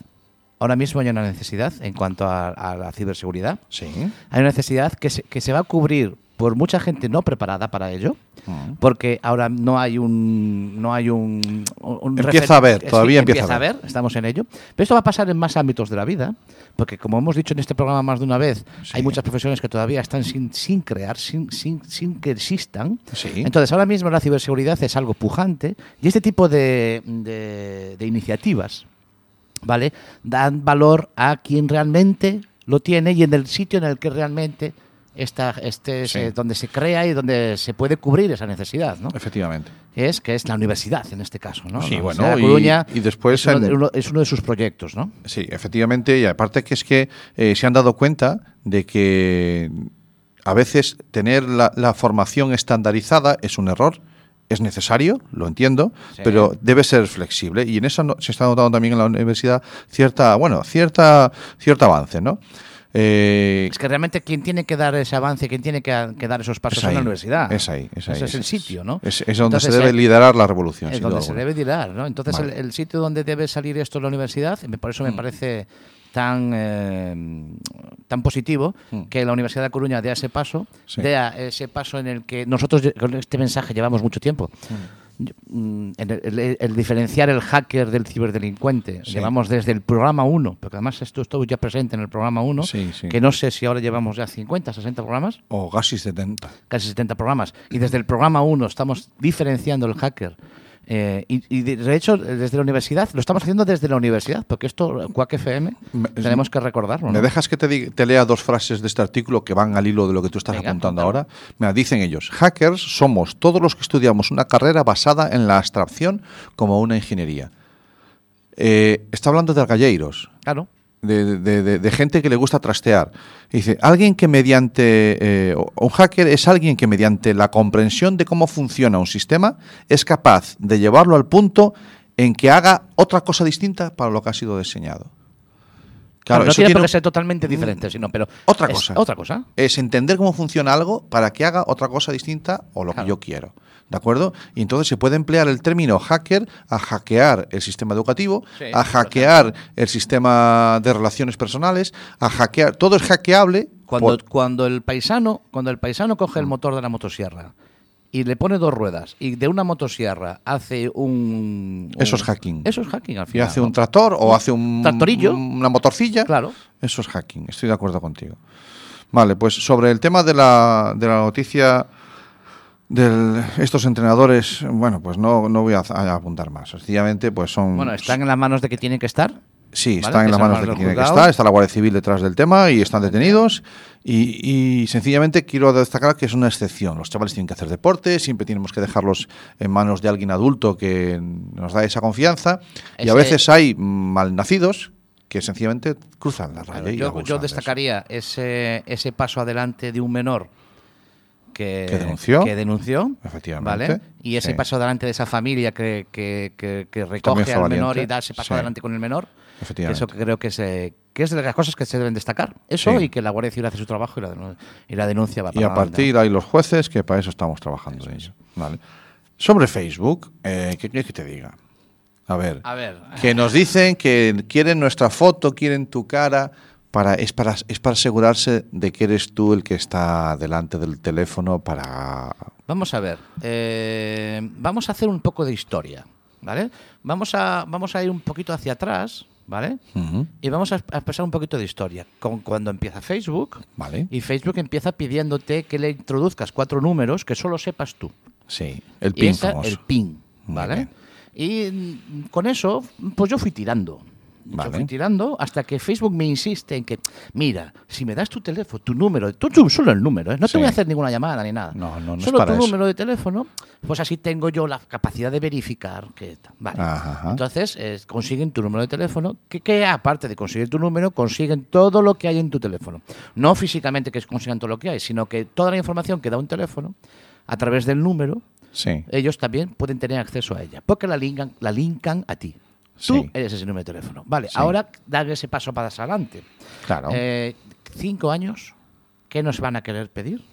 [SPEAKER 2] Ahora mismo hay una necesidad en cuanto a, a la ciberseguridad.
[SPEAKER 1] Sí.
[SPEAKER 2] Hay una necesidad que se, que se va a cubrir por mucha gente no preparada para ello.
[SPEAKER 1] Mm,
[SPEAKER 2] Porque ahora no hay un. No hay un. un
[SPEAKER 1] Empieza a haber,
[SPEAKER 2] Sí,
[SPEAKER 1] todavía empieza a haber.
[SPEAKER 2] estamos en ello. Pero esto va a pasar en más ámbitos de la vida, porque como hemos dicho en este programa más de una vez, hay muchas profesiones que todavía están sin, sin crear, sin, sin, sin que existan.
[SPEAKER 1] Sí.
[SPEAKER 2] Entonces, ahora mismo la ciberseguridad es algo pujante y este tipo de, de- de iniciativas, ¿vale? Dan valor a quien realmente lo tiene y en el sitio en el que realmente está, este es
[SPEAKER 1] Sí.
[SPEAKER 2] eh, donde se crea y donde se puede cubrir esa necesidad, ¿no?
[SPEAKER 1] Efectivamente.
[SPEAKER 2] que es que es la universidad en este caso, ¿no?
[SPEAKER 1] Sí,
[SPEAKER 2] La
[SPEAKER 1] bueno,
[SPEAKER 2] Universidad de
[SPEAKER 1] y- y después
[SPEAKER 2] es uno, de,
[SPEAKER 1] en-
[SPEAKER 2] uno- es uno de sus proyectos, ¿no?
[SPEAKER 1] Sí, efectivamente. Y aparte que es que eh, se han dado cuenta de que a veces tener la, la formación estandarizada es un error. Es necesario, lo entiendo,
[SPEAKER 2] Sí.
[SPEAKER 1] pero debe ser flexible. Y en eso no- se está notando también en la universidad cierta, bueno, cierta, cierto avance, ¿no? Eh,
[SPEAKER 2] Es que realmente quien tiene que dar ese avance, quien tiene que, que dar esos pasos
[SPEAKER 1] Es
[SPEAKER 2] es, la
[SPEAKER 1] ahí,
[SPEAKER 2] universidad.
[SPEAKER 1] es ahí, es ahí,
[SPEAKER 2] Ese es
[SPEAKER 1] es-
[SPEAKER 2] el sitio, ¿no?
[SPEAKER 1] es, es donde
[SPEAKER 2] Entonces,
[SPEAKER 1] se debe
[SPEAKER 2] eh,
[SPEAKER 1] liderar la revolución.
[SPEAKER 2] Es
[SPEAKER 1] sin
[SPEAKER 2] donde
[SPEAKER 1] duda
[SPEAKER 2] se
[SPEAKER 1] alguna.
[SPEAKER 2] debe tirar, ¿no? Entonces
[SPEAKER 1] Vale. Mm.
[SPEAKER 2] el, el sitio donde debe salir esto es la universidad, y me- por eso me parece tan eh, tan positivo que la Universidad de Coruña dé ese paso,
[SPEAKER 1] Mm. Sí.
[SPEAKER 2] dé a- ese paso en el que nosotros lle- con este mensaje llevamos mucho tiempo. Yo- mm, en el, el- el diferenciar el hacker del ciberdelincuente.
[SPEAKER 1] Sí.
[SPEAKER 2] Llevamos desde el programa 1, porque además esto estuvo ya presente en el programa 1,
[SPEAKER 1] Sí, sí.
[SPEAKER 2] que no sé si ahora llevamos ya 50, 60 programas
[SPEAKER 1] O Gasis 70.
[SPEAKER 2] casi 70 programas. Y desde el programa 1 estamos diferenciando el hacker. Eh, y, y de- de hecho, desde la universidad, lo estamos haciendo desde la universidad, porque esto, Quack FM,
[SPEAKER 1] Me- es-
[SPEAKER 2] tenemos que recordarlo.
[SPEAKER 1] ¿Me
[SPEAKER 2] ¿no?
[SPEAKER 1] dejas que te, diga- te lea dos frases de este artículo que van al hilo de lo que tú estás
[SPEAKER 2] Venga,
[SPEAKER 1] apuntando
[SPEAKER 2] apunta.
[SPEAKER 1] ahora? Mira, dicen ellos, hackers somos todos los que estudiamos una carrera basada en la abstracción como una ingeniería. Eh, está hablando de argalleiros,
[SPEAKER 2] Claro.
[SPEAKER 1] de, de- de- de gente que le gusta trastear. Y dice, alguien que mediante, eh, o- un hacker es alguien que mediante la comprensión de cómo funciona un sistema es capaz de llevarlo al punto en que haga otra cosa distinta para lo que ha sido diseñado. Claro,
[SPEAKER 2] no
[SPEAKER 1] eso
[SPEAKER 2] tiene,
[SPEAKER 1] tiene
[SPEAKER 2] por
[SPEAKER 1] un- Mm.
[SPEAKER 2] qué ser totalmente diferente, sino, pero.
[SPEAKER 1] Otra
[SPEAKER 2] es
[SPEAKER 1] cosa.
[SPEAKER 2] Otra cosa.
[SPEAKER 1] es entender cómo funciona algo para que haga otra cosa distinta o lo
[SPEAKER 2] Claro.
[SPEAKER 1] que yo quiero. ¿De acuerdo? Y entonces se puede emplear el término hacker a hackear el sistema educativo,
[SPEAKER 2] Sí,
[SPEAKER 1] a
[SPEAKER 2] por
[SPEAKER 1] hackear el sistema de relaciones personales, a hackear. Todo es hackeable.
[SPEAKER 2] Cuando,
[SPEAKER 1] por- Mm.
[SPEAKER 2] cuando el paisano, cuando el paisano coge el motor de la motosierra y le pone dos ruedas y de una motosierra hace un,
[SPEAKER 1] Eso
[SPEAKER 2] un-
[SPEAKER 1] es hacking.
[SPEAKER 2] Eso es hacking al
[SPEAKER 1] y
[SPEAKER 2] final.
[SPEAKER 1] hace un
[SPEAKER 2] ¿no?
[SPEAKER 1] tractor o hace un.
[SPEAKER 2] Tractorillo.
[SPEAKER 1] Una motorcilla.
[SPEAKER 2] Claro.
[SPEAKER 1] Eso es hacking, estoy de acuerdo contigo. Vale, pues sobre el tema de la, de la noticia de estos entrenadores, bueno, pues no, no voy a, a apuntar más. Sencillamente, pues son.
[SPEAKER 2] Bueno, están en las manos de que tienen que estar.
[SPEAKER 1] Sí,
[SPEAKER 2] ¿vale?
[SPEAKER 1] están en las manos de
[SPEAKER 2] los
[SPEAKER 1] quien tiene que
[SPEAKER 2] juzgados.
[SPEAKER 1] estar. Está la Guardia Civil detrás del tema y están detenidos. Y, y sencillamente quiero destacar que es una excepción. Los chavales tienen que hacer deporte, siempre tenemos que dejarlos en manos de alguien adulto que nos da esa confianza. y
[SPEAKER 2] Es
[SPEAKER 1] a
[SPEAKER 2] que-
[SPEAKER 1] veces hay malnacidos que sencillamente cruzan la raya.
[SPEAKER 2] Claro,
[SPEAKER 1] y
[SPEAKER 2] yo- yo,
[SPEAKER 1] abusan de eso.
[SPEAKER 2] destacaría ese, ese paso adelante de un menor que,
[SPEAKER 1] Que denunció.
[SPEAKER 2] que denunció,
[SPEAKER 1] Efectivamente,
[SPEAKER 2] ¿vale? Y ese
[SPEAKER 1] sí.
[SPEAKER 2] paso adelante de esa familia que, que- que- que
[SPEAKER 1] También
[SPEAKER 2] recoge
[SPEAKER 1] fue
[SPEAKER 2] al
[SPEAKER 1] valiente,
[SPEAKER 2] menor y da ese paso
[SPEAKER 1] sí.
[SPEAKER 2] adelante con el menor.
[SPEAKER 1] Efectivamente.
[SPEAKER 2] Eso que creo que, se, que es de las cosas que se deben destacar. Eso
[SPEAKER 1] Sí.
[SPEAKER 2] y que la Guardia Civil hace su trabajo y la, denun- y la denuncia
[SPEAKER 1] Y
[SPEAKER 2] va
[SPEAKER 1] a
[SPEAKER 2] para adelante.
[SPEAKER 1] partir hay los jueces, que para eso estamos trabajando en ello. Vale. Sobre Facebook, eh, ¿qué quieres que te diga? A ver,
[SPEAKER 2] A ver.
[SPEAKER 1] que nos dicen que quieren nuestra foto, quieren tu cara, para, es, para, es para asegurarse de que eres tú el que está delante del teléfono para...
[SPEAKER 2] Vamos a ver. eh, vamos a hacer un poco de historia, ¿vale? Vamos a, vamos a ir un poquito hacia atrás, ¿vale?
[SPEAKER 1] Ujú,
[SPEAKER 2] Y vamos a, a pasar un poquito de historia. Con, cuando empieza Facebook,
[SPEAKER 1] ¿Vale?
[SPEAKER 2] y Facebook empieza pidiéndote que le introduzcas cuatro números que solo sepas tú.
[SPEAKER 1] Sí, el
[SPEAKER 2] Y
[SPEAKER 1] pin
[SPEAKER 2] esa-
[SPEAKER 1] famoso.
[SPEAKER 2] el PIN,
[SPEAKER 1] Muy
[SPEAKER 2] ¿vale?
[SPEAKER 1] bien.
[SPEAKER 2] Y mm, con eso, pues yo fui tirando. Yo
[SPEAKER 1] Vale.
[SPEAKER 2] fui tirando hasta que Facebook me insiste en que, mira, si me das tu teléfono, tu número, tú, tú solo el número, ¿eh? no
[SPEAKER 1] Sí.
[SPEAKER 2] te voy a hacer ninguna llamada ni nada.
[SPEAKER 1] No, no, no es
[SPEAKER 2] Solo
[SPEAKER 1] para
[SPEAKER 2] tu
[SPEAKER 1] eso.
[SPEAKER 2] número de teléfono, pues así tengo yo la capacidad de verificar que tal. Vale.
[SPEAKER 1] Ajá, ajá.
[SPEAKER 2] Entonces eh, consiguen tu número de teléfono, que, que aparte de conseguir tu número, consiguen todo lo que hay en tu teléfono. No físicamente que consigan todo lo que hay, sino que toda la información que da un teléfono, a través del número,
[SPEAKER 1] Sí,
[SPEAKER 2] ellos también pueden tener acceso a ella, porque la linkan, la linkan a ti.
[SPEAKER 1] Sí.
[SPEAKER 2] Tú eres ese número de teléfono. Vale,
[SPEAKER 1] Sí.
[SPEAKER 2] ahora dar ese paso para adelante.
[SPEAKER 1] claro.
[SPEAKER 2] Eh, cinco años, ¿qué nos van a querer pedir?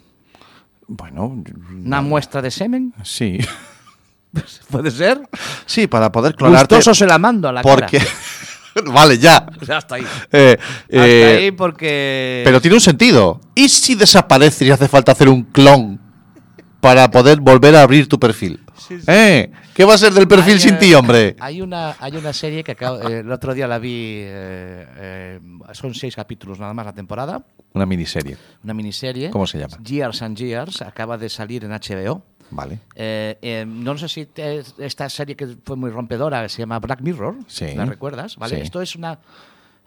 [SPEAKER 1] bueno,
[SPEAKER 2] ¿Una muestra de semen?
[SPEAKER 1] sí.
[SPEAKER 2] ¿Puede ser?
[SPEAKER 1] Sí, para poder clonarte.
[SPEAKER 2] Gustoso se la mando a la
[SPEAKER 1] porque...
[SPEAKER 2] cara.
[SPEAKER 1] vale, ya.
[SPEAKER 2] Ya Hasta ahí.
[SPEAKER 1] Eh,
[SPEAKER 2] Hasta
[SPEAKER 1] eh,
[SPEAKER 2] ahí porque...
[SPEAKER 1] Pero tiene un sentido. ¿Y si desapareces y hace falta hacer un clon para poder volver a abrir tu perfil? ¿Eh? ¿Qué va a ser del perfil
[SPEAKER 2] Hay,
[SPEAKER 1] sin
[SPEAKER 2] eh,
[SPEAKER 1] ti, hombre?
[SPEAKER 2] Hay una, hay una serie que acabo- eh, el otro día la vi, eh, eh, son seis capítulos nada más la temporada,
[SPEAKER 1] Una miniserie.
[SPEAKER 2] una miniserie.
[SPEAKER 1] ¿Cómo se llama?
[SPEAKER 2] Years and Years, acaba de salir en HBO.
[SPEAKER 1] Vale.
[SPEAKER 2] Eh, eh, no sé si te- esta serie que fue muy rompedora se llama Black Mirror,
[SPEAKER 1] Sí.
[SPEAKER 2] ¿la recuerdas? ¿Vale?
[SPEAKER 1] Sí.
[SPEAKER 2] Esto es una...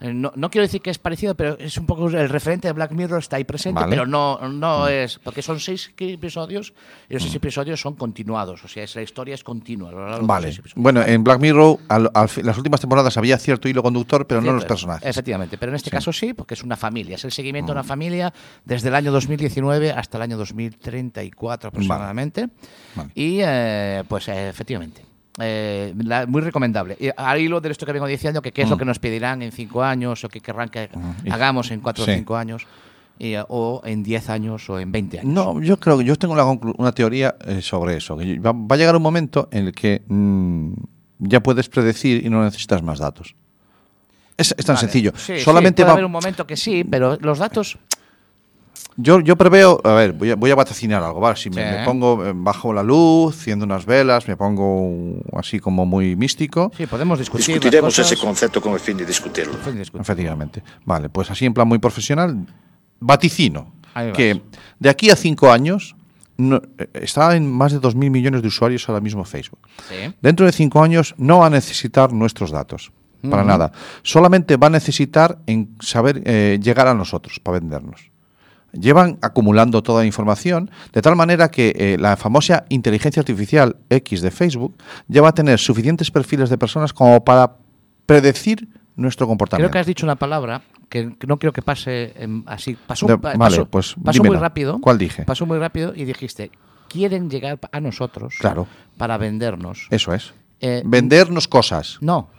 [SPEAKER 2] eh, No, no quiero decir que es parecido, pero es un poco el referente de Black Mirror está ahí presente,
[SPEAKER 1] Vale. Mm.
[SPEAKER 2] pero no, no es... Porque son seis que- episodios y los seis episodios son continuados, o sea, es- la historia es continua. a lo largo de los seis
[SPEAKER 1] Vale.
[SPEAKER 2] episodios.
[SPEAKER 1] Bueno, en Black Mirror, al- al fi- las últimas temporadas había cierto hilo conductor, pero no los
[SPEAKER 2] Cierto,
[SPEAKER 1] personajes. Mm.
[SPEAKER 2] Efectivamente, pero en este caso sí, porque es una familia, es el seguimiento de una familia desde el año 2019 hasta el año 2034 aproximadamente.
[SPEAKER 1] Vale.
[SPEAKER 2] Y eh, pues eh, efectivamente. eh, la- muy recomendable. Y al hilo de esto que vengo diciendo, que qué
[SPEAKER 1] Mm.
[SPEAKER 2] es lo que nos pedirán en cinco años o que querrán que
[SPEAKER 1] Y-
[SPEAKER 2] hagamos en cuatro
[SPEAKER 1] Mm. sí.
[SPEAKER 2] o cinco años, y, eh, o en diez años o en veinte años.
[SPEAKER 1] No, yo creo que yo tengo una, conclu- una teoría eh, sobre eso. que Va, va a llegar un momento en el que mm, ya puedes predecir y no necesitas más datos. Es, es tan
[SPEAKER 2] Vale.
[SPEAKER 1] sencillo.
[SPEAKER 2] Sí, sí,
[SPEAKER 1] Solamente
[SPEAKER 2] puede
[SPEAKER 1] va,
[SPEAKER 2] haber un momento que sí, pero los datos.
[SPEAKER 1] Yo, yo preveo, a ver, voy a, voy a vaticinar algo, ¿vale? Si me,
[SPEAKER 2] Sí.
[SPEAKER 1] me pongo eh, bajo la luz, ciendo unas velas, me pongo un- así como muy místico.
[SPEAKER 2] Pues Sí, podemos discutir. las
[SPEAKER 4] Discutiremos
[SPEAKER 2] cosas,
[SPEAKER 4] ese concepto con el fin de discutirlo.
[SPEAKER 2] pueden discutir.
[SPEAKER 1] Efectivamente. Vale, pues así en plan muy profesional, vaticino
[SPEAKER 2] Ahí vas.
[SPEAKER 1] que de aquí a cinco años no- eh, está en más de 2.000 millones de usuarios ahora mismo Facebook.
[SPEAKER 2] Sí.
[SPEAKER 1] Dentro de cinco años no va a necesitar nuestros datos. Para nada. Solamente va a necesitar en saber eh, llegar a nosotros para vendernos. Llevan acumulando toda la información de tal manera que eh, la famosa inteligencia artificial X de Facebook ya va a tener suficientes perfiles de personas como para predecir nuestro comportamiento.
[SPEAKER 2] Creo que has dicho una palabra que que no creo que pase em, así. Pasó,
[SPEAKER 1] De-
[SPEAKER 2] pa-
[SPEAKER 1] vale,
[SPEAKER 2] pasó-
[SPEAKER 1] pues
[SPEAKER 2] pasó muy
[SPEAKER 1] dímela.
[SPEAKER 2] rápido.
[SPEAKER 1] ¿Cuál dije?
[SPEAKER 2] Pasó muy rápido y dijiste, quieren llegar a nosotros
[SPEAKER 1] Claro.
[SPEAKER 2] para vendernos.
[SPEAKER 1] Eso es.
[SPEAKER 2] Eh,
[SPEAKER 1] Vendernos cosas.
[SPEAKER 2] No,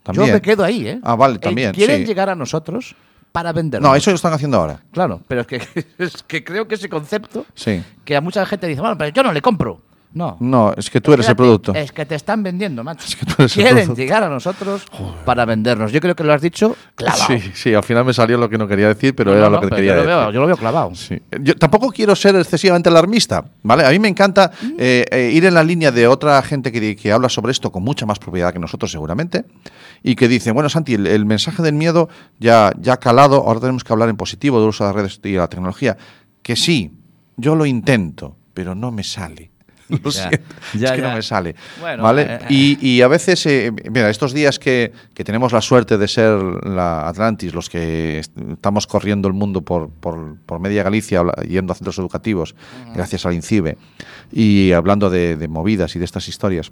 [SPEAKER 1] También.
[SPEAKER 2] Yo me quedo ahí, ¿eh?
[SPEAKER 1] Ah, vale,
[SPEAKER 2] Eh,
[SPEAKER 1] también,
[SPEAKER 2] Quieren
[SPEAKER 1] sí.
[SPEAKER 2] llegar a nosotros para vendernos.
[SPEAKER 1] No, eso lo están haciendo ahora.
[SPEAKER 2] Claro, pero es que, es que creo que ese concepto
[SPEAKER 1] Sí.
[SPEAKER 2] que a mucha gente dice, bueno, pero yo no le compro. No.
[SPEAKER 1] No, es que Mm, tú eres el
[SPEAKER 2] Espérate, eh,
[SPEAKER 1] producto.
[SPEAKER 2] Es que te están vendiendo, macho.
[SPEAKER 1] Es que tú eres el
[SPEAKER 2] Quieren
[SPEAKER 1] producto.
[SPEAKER 2] llegar a nosotros para vendernos. Yo creo que lo has dicho clavado.
[SPEAKER 1] Sí, sí, al final me salió lo que no quería decir, pero era
[SPEAKER 2] No, no,
[SPEAKER 1] lo que
[SPEAKER 2] pero
[SPEAKER 1] quería
[SPEAKER 2] yo lo
[SPEAKER 1] decir.
[SPEAKER 2] veo- yo lo veo clavado.
[SPEAKER 1] Sí. Yo tampoco quiero ser excesivamente alarmista, ¿vale? A mí me encanta
[SPEAKER 2] Mm.
[SPEAKER 1] eh, eh, ir en la línea de otra gente que, di- que habla sobre esto con mucha más propiedad que nosotros seguramente y que dice, bueno, Santi, el, el mensaje del miedo ya, ya ha calado, ahora tenemos que hablar en positivo del uso de las redes y la tecnología. Que sí, yo lo intento, pero no me sale. Lo
[SPEAKER 2] Ya,
[SPEAKER 1] siento,
[SPEAKER 2] ya,
[SPEAKER 1] es que
[SPEAKER 2] ya.
[SPEAKER 1] no me sale.
[SPEAKER 2] Bueno,
[SPEAKER 1] ¿vale?
[SPEAKER 2] eh,
[SPEAKER 1] Y, y a veces, eh, mira, estos días que, que tenemos la suerte de ser la Atlantis, los que est- estamos corriendo el mundo por, por, por media Galicia, habla- yendo a centros educativos, gracias al INCIBE, y hablando de, de movidas y de estas historias.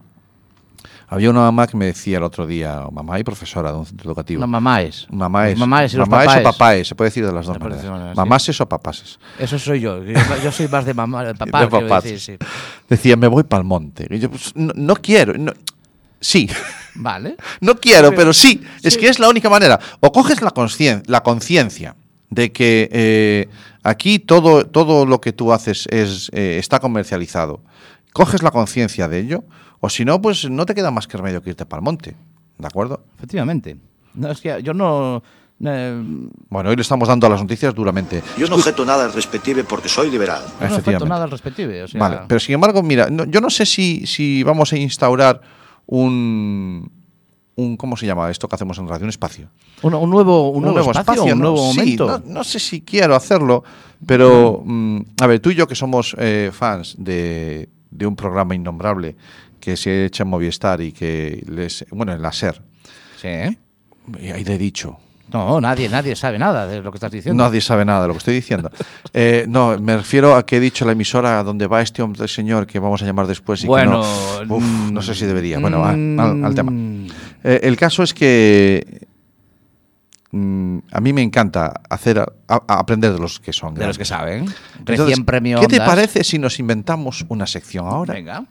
[SPEAKER 1] Había una mamá que me decía el otro día, mamá y profesora de un centro educativo.
[SPEAKER 2] Los mamáes.
[SPEAKER 1] Mamá es,
[SPEAKER 2] Los mamáes y los
[SPEAKER 1] mamá es
[SPEAKER 2] papáes.
[SPEAKER 1] o papáes, se puede decir de las dos
[SPEAKER 2] Se puede decir de
[SPEAKER 1] maneras.
[SPEAKER 2] las-
[SPEAKER 1] Mamás es o papases.
[SPEAKER 2] Eso soy yo. Yo yo soy más de mamá, de papá.
[SPEAKER 1] De
[SPEAKER 2] quiero
[SPEAKER 1] papás.
[SPEAKER 2] decir, sí.
[SPEAKER 1] Decía, me voy para el monte. Y yo, pues, no, no quiero. no- Sí.
[SPEAKER 2] Vale.
[SPEAKER 1] No quiero, pero sí. Es que es la única manera. O coges la conscien- la conciencia de que eh, aquí todo, todo lo que tú haces es, eh, está comercializado. Coges la conciencia de ello, o si no, pues no te queda más que remedio que irte para el monte. ¿De acuerdo?
[SPEAKER 2] Efectivamente. No, es que yo no. eh,
[SPEAKER 1] Bueno, hoy le estamos dando a las noticias duramente.
[SPEAKER 4] Yo no objeto nada al respectivo porque soy liberal.
[SPEAKER 2] no nos falta
[SPEAKER 1] Efectivamente.
[SPEAKER 2] nada al respectivo. O sea,
[SPEAKER 1] Vale, pero sin embargo, mira, no- yo no sé si, si vamos a instaurar un, un. ¿Cómo se llama esto que hacemos en radio? Un espacio.
[SPEAKER 2] un, un nuevo, un nuevo espacio, un
[SPEAKER 1] ¿no?
[SPEAKER 2] nuevo
[SPEAKER 1] Sí,
[SPEAKER 2] momento.
[SPEAKER 1] no, no sé si quiero hacerlo, pero mm, a ver, tú y yo que somos eh, fans de, de un programa innombrable que se echa en Movistar y que les. Bueno, en la E SER.
[SPEAKER 2] Sí, ¿eh?
[SPEAKER 1] Y Ahí de dicho.
[SPEAKER 2] No, nadie, nadie sabe nada de lo que estás diciendo.
[SPEAKER 1] Nadie sabe nada de lo que estoy diciendo. Eh, no, me refiero a que he dicho la emisora donde va este hombre señor que vamos a llamar después. Y que
[SPEAKER 2] Bueno,
[SPEAKER 1] no, Uf, no sé si debería. Bueno, a-
[SPEAKER 2] mm,
[SPEAKER 1] al, al tema. Eh, el caso es que mm, a mí me encanta hacer a- a- aprender de los que son.
[SPEAKER 2] De los
[SPEAKER 1] grandes.
[SPEAKER 2] que saben. Recién
[SPEAKER 1] Entonces,
[SPEAKER 2] premio.
[SPEAKER 1] ¿Qué te
[SPEAKER 2] Ondas.
[SPEAKER 1] parece si nos inventamos una sección ahora?
[SPEAKER 2] Venga.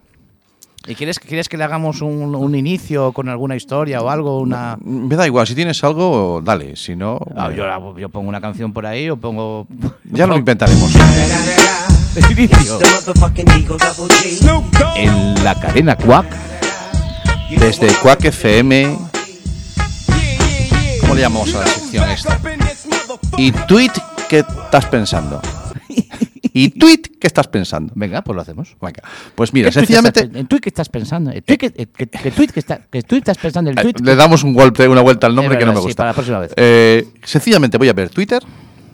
[SPEAKER 2] ¿Y quieres, quieres que le hagamos un, un inicio con alguna historia o algo? Una...
[SPEAKER 1] Mm, Me da igual, si tienes algo, dale. Si no,
[SPEAKER 2] Ah,
[SPEAKER 1] eh,
[SPEAKER 2] yo, la- yo pongo una canción por ahí o pongo.
[SPEAKER 1] ya lo inventaremos.
[SPEAKER 2] inicio. En la cadena Quack.
[SPEAKER 1] Desde Quack FM. ¿Cómo le llamamos a la sección esta? Y tweet, ¿qué estás pensando? Y tweet, ¿qué estás pensando?
[SPEAKER 2] Venga, pues lo hacemos.
[SPEAKER 1] Venga, pues mira,
[SPEAKER 2] ¿Qué tuit estás
[SPEAKER 1] sencillamente
[SPEAKER 2] pe- ¿En tuit que estás pensando? ¿En tuit que, eh, que- que tuit que está- que tuit estás pensando? ¿El
[SPEAKER 1] Eh,
[SPEAKER 2] tuit?
[SPEAKER 1] Le damos un golpe, una vuelta al nombre
[SPEAKER 2] Es
[SPEAKER 1] que no me
[SPEAKER 2] verdad, sí,
[SPEAKER 1] gusta.
[SPEAKER 2] para la próxima vez. ¿Eh?
[SPEAKER 1] Eh, sencillamente voy a ver Twitter,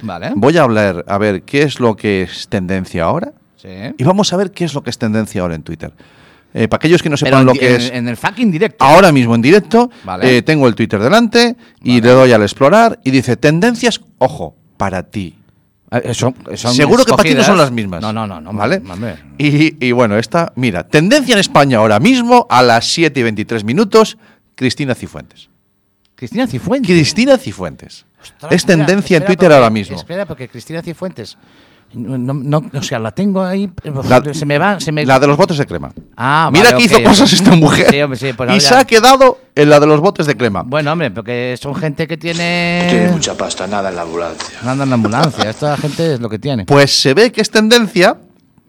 [SPEAKER 2] Vale.
[SPEAKER 1] voy a hablar a ver qué es lo que es tendencia ahora
[SPEAKER 2] Sí.
[SPEAKER 1] y vamos a ver qué es lo que es tendencia ahora en Twitter. Eh, para aquellos que no
[SPEAKER 2] Pero
[SPEAKER 1] sepan
[SPEAKER 2] en,
[SPEAKER 1] lo
[SPEAKER 2] di-
[SPEAKER 1] que
[SPEAKER 2] en-
[SPEAKER 1] es
[SPEAKER 2] en el fucking directo.
[SPEAKER 1] ahora mismo en directo,
[SPEAKER 2] Vale.
[SPEAKER 1] eh, tengo el Twitter delante y le doy al explorar y dice tendencias, ojo, para ti.
[SPEAKER 2] Eh, son- son
[SPEAKER 1] Ah, Seguro que para ti no
[SPEAKER 2] escogidas.
[SPEAKER 1] son las mismas.
[SPEAKER 2] No, no, no. no
[SPEAKER 1] ¿Vale?
[SPEAKER 2] hombre.
[SPEAKER 1] Y, y bueno, esta, mira, tendencia en España ahora mismo a las 7 y 23 minutos, Cristina Cifuentes.
[SPEAKER 2] Cristina Cifuentes.
[SPEAKER 1] Cristina Cifuentes.
[SPEAKER 2] Ostras,
[SPEAKER 1] es
[SPEAKER 2] espera,
[SPEAKER 1] tendencia en
[SPEAKER 2] espera,
[SPEAKER 1] Twitter
[SPEAKER 2] porque-
[SPEAKER 1] ahora mismo.
[SPEAKER 2] Espera, porque Cristina Cifuentes. No, no- no, o sea, la tengo ahí. pero
[SPEAKER 1] La-
[SPEAKER 2] se me va. Se me...
[SPEAKER 1] La de los botes de crema.
[SPEAKER 2] Ah,
[SPEAKER 1] Mira
[SPEAKER 2] vale,
[SPEAKER 1] que
[SPEAKER 2] ok,
[SPEAKER 1] hizo cosas
[SPEAKER 2] ok.
[SPEAKER 1] esta mujer.
[SPEAKER 2] Sí, hombre, sí, pues
[SPEAKER 1] y
[SPEAKER 2] ahora-
[SPEAKER 1] se ha quedado en la de los botes de crema.
[SPEAKER 2] Bueno, hombre, porque son gente que tiene.
[SPEAKER 4] Tiene mucha pasta, nada en la ambulancia.
[SPEAKER 2] No anda en la ambulancia. Esta gente es lo que tiene.
[SPEAKER 1] Pues se ve que es tendencia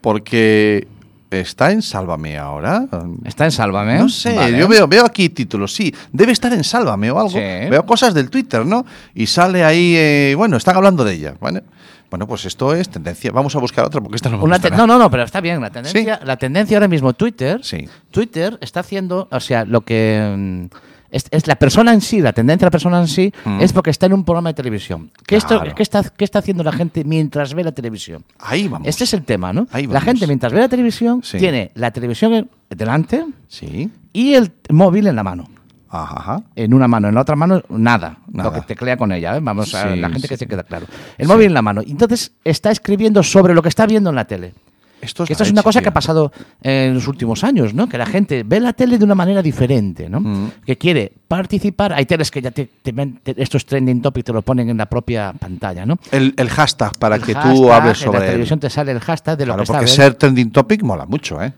[SPEAKER 1] porque está en Sálvame ahora.
[SPEAKER 2] Está en Sálvame.
[SPEAKER 1] No sé,
[SPEAKER 2] ¿Eh? Vale.
[SPEAKER 1] yo veo, veo aquí títulos, sí. Debe estar en Sálvame o algo.
[SPEAKER 2] Sí.
[SPEAKER 1] Veo cosas del Twitter, ¿no? Y sale ahí, eh, bueno, están hablando de ella. ¿vale? Bueno, pues esto es tendencia. Vamos a buscar otra porque esta no me
[SPEAKER 2] Una
[SPEAKER 1] gusta
[SPEAKER 2] te-
[SPEAKER 1] nada.
[SPEAKER 2] no, no, no, pero está bien. La tendencia, la tendencia ahora mismo, Twitter.
[SPEAKER 1] Sí.
[SPEAKER 2] Twitter está haciendo, o sea, lo que. mm, Es, es la persona en sí, la tendencia de la persona en sí, es porque está en un programa de televisión. ¿Qué, esto-
[SPEAKER 1] Mm. Claro.
[SPEAKER 2] qué está, qué está haciendo la gente mientras ve la televisión?
[SPEAKER 1] Ahí vamos.
[SPEAKER 2] Este es el tema, ¿no?
[SPEAKER 1] Ahí
[SPEAKER 2] La
[SPEAKER 1] vamos.
[SPEAKER 2] gente mientras ve la televisión
[SPEAKER 1] Sí.
[SPEAKER 2] tiene la televisión en- delante
[SPEAKER 1] Sí.
[SPEAKER 2] y el t- móvil en la mano.
[SPEAKER 1] Ajá. ajá.
[SPEAKER 2] En una mano, en la otra mano, nada.
[SPEAKER 1] Nada.
[SPEAKER 2] Lo que teclea con ella, ¿eh? Vamos a
[SPEAKER 1] Sí,
[SPEAKER 2] la gente
[SPEAKER 1] sí.
[SPEAKER 2] que se queda claro. El móvil en la mano. Entonces está escribiendo sobre lo que está viendo en la tele.
[SPEAKER 1] Esto es,
[SPEAKER 2] Que esto
[SPEAKER 1] la
[SPEAKER 2] es una
[SPEAKER 1] leche,
[SPEAKER 2] cosa que
[SPEAKER 1] tío.
[SPEAKER 2] ha pasado en los últimos años, ¿no? Que la gente ve la tele de una manera diferente, ¿no?
[SPEAKER 1] Mm.
[SPEAKER 2] Que quiere participar. Hay teles que ya te, te ven- te- estos trending topics te lo ponen en la propia pantalla, ¿no?
[SPEAKER 1] El, el hashtag para
[SPEAKER 2] El
[SPEAKER 1] que tú
[SPEAKER 2] hashtag,
[SPEAKER 1] hables
[SPEAKER 2] En la
[SPEAKER 1] sobre él.
[SPEAKER 2] televisión te sale el hashtag de lo
[SPEAKER 1] Claro,
[SPEAKER 2] que está
[SPEAKER 1] porque
[SPEAKER 2] viendo.
[SPEAKER 1] ser trending topic mola mucho, ¿eh?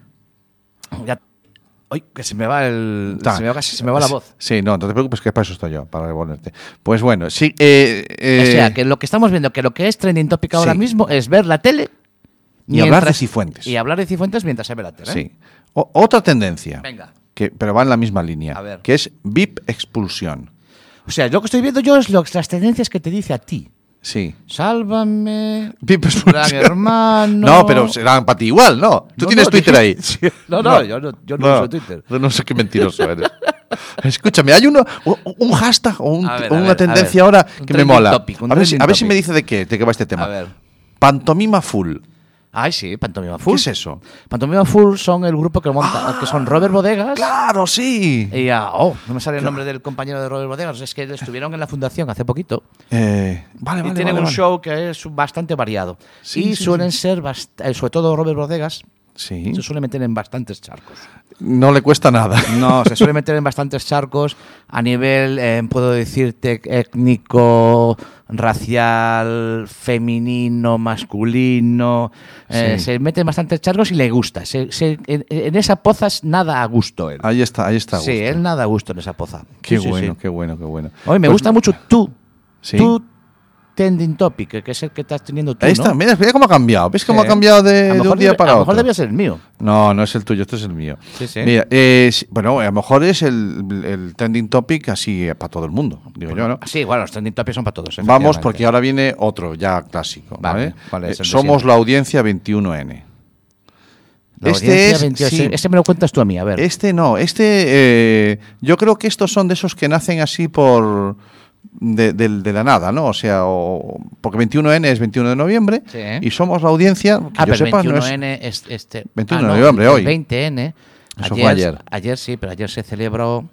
[SPEAKER 2] Ya- Ay, que se me va el.
[SPEAKER 1] Ta.
[SPEAKER 2] Se me va, casi- se me va la voz.
[SPEAKER 1] Sí, no, no te preocupes, que para eso estoy yo, para revolverte. Pues bueno, sí. eh, eh,
[SPEAKER 2] o sea, que lo que estamos viendo, que lo que es trending topic ahora
[SPEAKER 1] Sí.
[SPEAKER 2] mismo es ver la tele
[SPEAKER 1] Y hablar de
[SPEAKER 2] mientras-
[SPEAKER 1] Cifuentes.
[SPEAKER 2] Y hablar de Cifuentes mientras se ve la tele. ¿eh?
[SPEAKER 1] Sí. O- otra tendencia.
[SPEAKER 2] Venga.
[SPEAKER 1] Que, pero va en la misma línea.
[SPEAKER 2] A ver.
[SPEAKER 1] Que es VIP expulsión.
[SPEAKER 2] O sea, lo que estoy viendo yo es lo- las tendencias que te dice a ti.
[SPEAKER 1] Sí.
[SPEAKER 2] Sálvame.
[SPEAKER 1] VIP
[SPEAKER 2] Gran
[SPEAKER 1] expulsión.
[SPEAKER 2] hermano.
[SPEAKER 1] No, pero serán para ti igual, ¿no? Tú
[SPEAKER 2] No,
[SPEAKER 1] tienes
[SPEAKER 2] no,
[SPEAKER 1] Twitter
[SPEAKER 2] dije-
[SPEAKER 1] ahí.
[SPEAKER 2] Sí. No, no, yo no- yo no uso Twitter.
[SPEAKER 1] No sé qué mentiroso eres. Escúchame, hay uno, u- un hashtag o, un-
[SPEAKER 2] A ver,
[SPEAKER 1] o
[SPEAKER 2] a
[SPEAKER 1] una
[SPEAKER 2] ver, a
[SPEAKER 1] tendencia
[SPEAKER 2] ver.
[SPEAKER 1] ahora
[SPEAKER 2] Un
[SPEAKER 1] que me
[SPEAKER 2] trending
[SPEAKER 1] mola.
[SPEAKER 2] topic, un
[SPEAKER 1] a, ver si,
[SPEAKER 2] trending
[SPEAKER 1] a ver si me
[SPEAKER 2] topic.
[SPEAKER 1] dice de qué, de qué va este tema.
[SPEAKER 2] A ver.
[SPEAKER 1] Pantomima full.
[SPEAKER 2] Ay, sí, Pantomima Full.
[SPEAKER 1] ¿Qué es eso? Ah,
[SPEAKER 2] Pantomima Full son el grupo que monta, que son Robert Bodegas.
[SPEAKER 1] Claro, sí.
[SPEAKER 2] Y ah, oh, no me sale el nombre del compañero de Robert Bodegas, es que estuvieron en la fundación hace poquito.
[SPEAKER 1] Eh, vale, vale.
[SPEAKER 2] y tienen
[SPEAKER 1] vale,
[SPEAKER 2] un
[SPEAKER 1] vale.
[SPEAKER 2] show que es bastante variado.
[SPEAKER 1] Sí,
[SPEAKER 2] y
[SPEAKER 1] sí,
[SPEAKER 2] suelen ser, bast- eh, sobre todo Robert Bodegas,
[SPEAKER 1] Sí.
[SPEAKER 2] se suele meter en bastantes charcos.
[SPEAKER 1] No le cuesta nada.
[SPEAKER 2] No, se suele meter en bastantes charcos a nivel, eh, puedo decir, tec- técnico, racial, femenino, masculino. Eh,
[SPEAKER 1] Sí.
[SPEAKER 2] Se mete en bastantes charcos y le gusta. Se- se- en, en esa poza es nada a gusto él.
[SPEAKER 1] Ahí está, ahí Ah, está.
[SPEAKER 2] sí,
[SPEAKER 1] Augusto.
[SPEAKER 2] él nada a gusto en esa poza.
[SPEAKER 1] Qué
[SPEAKER 2] Sí, sí,
[SPEAKER 1] bueno,
[SPEAKER 2] sí.
[SPEAKER 1] qué bueno, qué bueno.
[SPEAKER 2] Oye, me
[SPEAKER 1] Pues-
[SPEAKER 2] gusta mucho tú.
[SPEAKER 1] Sí.
[SPEAKER 2] Tú trending topic, que es el que estás teniendo tú,
[SPEAKER 1] Ahí está,
[SPEAKER 2] ¿no?
[SPEAKER 1] mira, mira cómo ha cambiado. ¿Ves cómo
[SPEAKER 2] Sí.
[SPEAKER 1] ha cambiado
[SPEAKER 2] A
[SPEAKER 1] de,
[SPEAKER 2] lo
[SPEAKER 1] de
[SPEAKER 2] mejor
[SPEAKER 1] un día
[SPEAKER 2] debe-
[SPEAKER 1] para
[SPEAKER 2] a lo
[SPEAKER 1] otro?
[SPEAKER 2] mejor debía ser el mío.
[SPEAKER 1] No, no es el tuyo, este es el mío.
[SPEAKER 2] Sí, sí.
[SPEAKER 1] Mira, eh, sí, bueno, a lo mejor es el, el trending topic así eh, para todo el mundo, digo yo, ¿no?
[SPEAKER 2] Sí, bueno, los trending topics son para todos.
[SPEAKER 1] Vamos,
[SPEAKER 2] efectivamente.
[SPEAKER 1] porque ahora viene otro ya clásico, ¿vale?
[SPEAKER 2] Vale, vale,
[SPEAKER 1] Eh,
[SPEAKER 2] es el de
[SPEAKER 1] somos
[SPEAKER 2] siempre.
[SPEAKER 1] la audiencia 21N.
[SPEAKER 2] La
[SPEAKER 1] este
[SPEAKER 2] audiencia
[SPEAKER 1] es-
[SPEAKER 2] 28,
[SPEAKER 1] sí.
[SPEAKER 2] Ese me lo cuentas tú a mí, a ver.
[SPEAKER 1] Este no, este eh, yo creo que estos son de esos que nacen así por de, del- de la nada, ¿no? O sea, o- porque 21N es 21 de noviembre
[SPEAKER 2] Sí.
[SPEAKER 1] y somos la audiencia que
[SPEAKER 2] Ah,
[SPEAKER 1] yo
[SPEAKER 2] pero
[SPEAKER 1] sepa no es
[SPEAKER 2] 21N es, este.
[SPEAKER 1] 21
[SPEAKER 2] ah,
[SPEAKER 1] de
[SPEAKER 2] no,
[SPEAKER 1] noviembre,
[SPEAKER 2] el
[SPEAKER 1] hoy.
[SPEAKER 2] 20N.
[SPEAKER 1] Eso fue ayer.
[SPEAKER 2] Ayer sí, pero ayer se celebró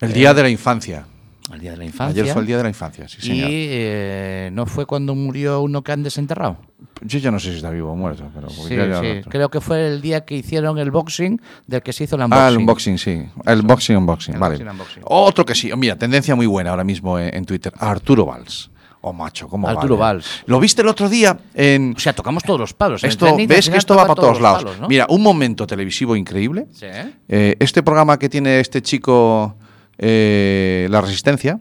[SPEAKER 1] el día de la infancia.
[SPEAKER 2] el Día de la Infancia.
[SPEAKER 1] Ayer fue el día de la infancia, sí señor.
[SPEAKER 2] Y eh, no fue cuando murió uno que han desenterrado.
[SPEAKER 1] Yo ya no sé si está vivo o muerto, pero porque
[SPEAKER 2] Sí,
[SPEAKER 1] ya- ya-
[SPEAKER 2] sí. Creo que fue el día que hicieron el boxing del que se hizo el unboxing.
[SPEAKER 1] Ah, el unboxing, sí. El boxing, unboxing,
[SPEAKER 2] El
[SPEAKER 1] vale.
[SPEAKER 2] boxing, unboxing.
[SPEAKER 1] Otro que sí. Mira, tendencia muy buena ahora mismo en, en Twitter. Arturo Valls. Oh, macho, ¿cómo
[SPEAKER 2] Arturo
[SPEAKER 1] vale?
[SPEAKER 2] Valls.
[SPEAKER 1] Lo viste el otro día en...
[SPEAKER 2] O sea, tocamos todos los palos. En el
[SPEAKER 1] esto,
[SPEAKER 2] trending
[SPEAKER 1] ves
[SPEAKER 2] al
[SPEAKER 1] que
[SPEAKER 2] final
[SPEAKER 1] esto va
[SPEAKER 2] toca
[SPEAKER 1] para todos
[SPEAKER 2] los
[SPEAKER 1] lados.
[SPEAKER 2] palos, ¿no?
[SPEAKER 1] Mira, un momento televisivo increíble.
[SPEAKER 2] Sí, ¿eh?
[SPEAKER 1] Eh, este programa que tiene este chico, eh, La Resistencia.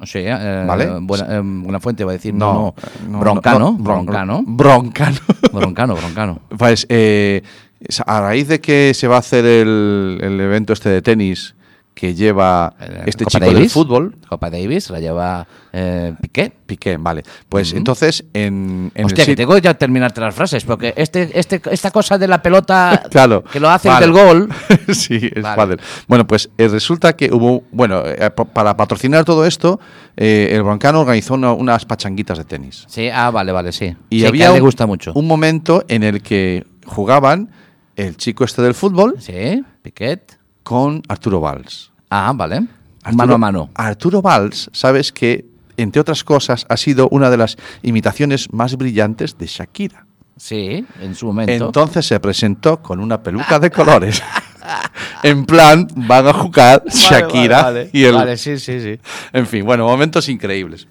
[SPEAKER 2] O sea, eh,
[SPEAKER 1] Vale.
[SPEAKER 2] buena, eh, una fuente va a decir,
[SPEAKER 1] No,
[SPEAKER 2] no,
[SPEAKER 1] eh,
[SPEAKER 2] no, broncano,
[SPEAKER 1] no, bron-
[SPEAKER 2] broncano,
[SPEAKER 1] Broncano.
[SPEAKER 2] broncano, broncano.
[SPEAKER 1] Pues eh, sa- a raíz de que se va a hacer el, el evento este de tenis que lleva
[SPEAKER 2] Eh,
[SPEAKER 1] este
[SPEAKER 2] Copa
[SPEAKER 1] chico del
[SPEAKER 2] Davis.
[SPEAKER 1] fútbol,
[SPEAKER 2] Copa Davis la lleva eh, Piqué.
[SPEAKER 1] Piqué, vale. Pues entonces en, en el
[SPEAKER 2] Hostia, que
[SPEAKER 1] sit-
[SPEAKER 2] tengo que ya terminarte las frases, porque este, este, esta cosa de la pelota
[SPEAKER 1] Claro,
[SPEAKER 2] que lo hacen
[SPEAKER 1] vale.
[SPEAKER 2] del gol.
[SPEAKER 1] sí, es
[SPEAKER 2] Vale.
[SPEAKER 1] pádel. Bueno, pues eh, resulta que hubo, bueno, eh, pa- para patrocinar todo esto, eh, el Broncano organizó una- unas pachanguitas de tenis.
[SPEAKER 2] Sí, ah, vale, vale, sí.
[SPEAKER 1] Y
[SPEAKER 2] Sí, que
[SPEAKER 1] había
[SPEAKER 2] a él le
[SPEAKER 1] un-
[SPEAKER 2] gusta mucho.
[SPEAKER 1] un momento en el que jugaban el chico este del fútbol
[SPEAKER 2] Sí, Piquet.
[SPEAKER 1] con Arturo Valls.
[SPEAKER 2] Ah, vale.
[SPEAKER 1] Arturo-
[SPEAKER 2] mano a mano.
[SPEAKER 1] Arturo Valls, sabes que, entre otras cosas, ha sido una de las imitaciones más brillantes de Shakira.
[SPEAKER 2] Sí, en su momento.
[SPEAKER 1] Entonces se presentó con una peluca de colores. en plan, van a jugar Shakira y él.
[SPEAKER 2] Vale, sí, sí, sí.
[SPEAKER 1] En fin, bueno, momentos increíbles.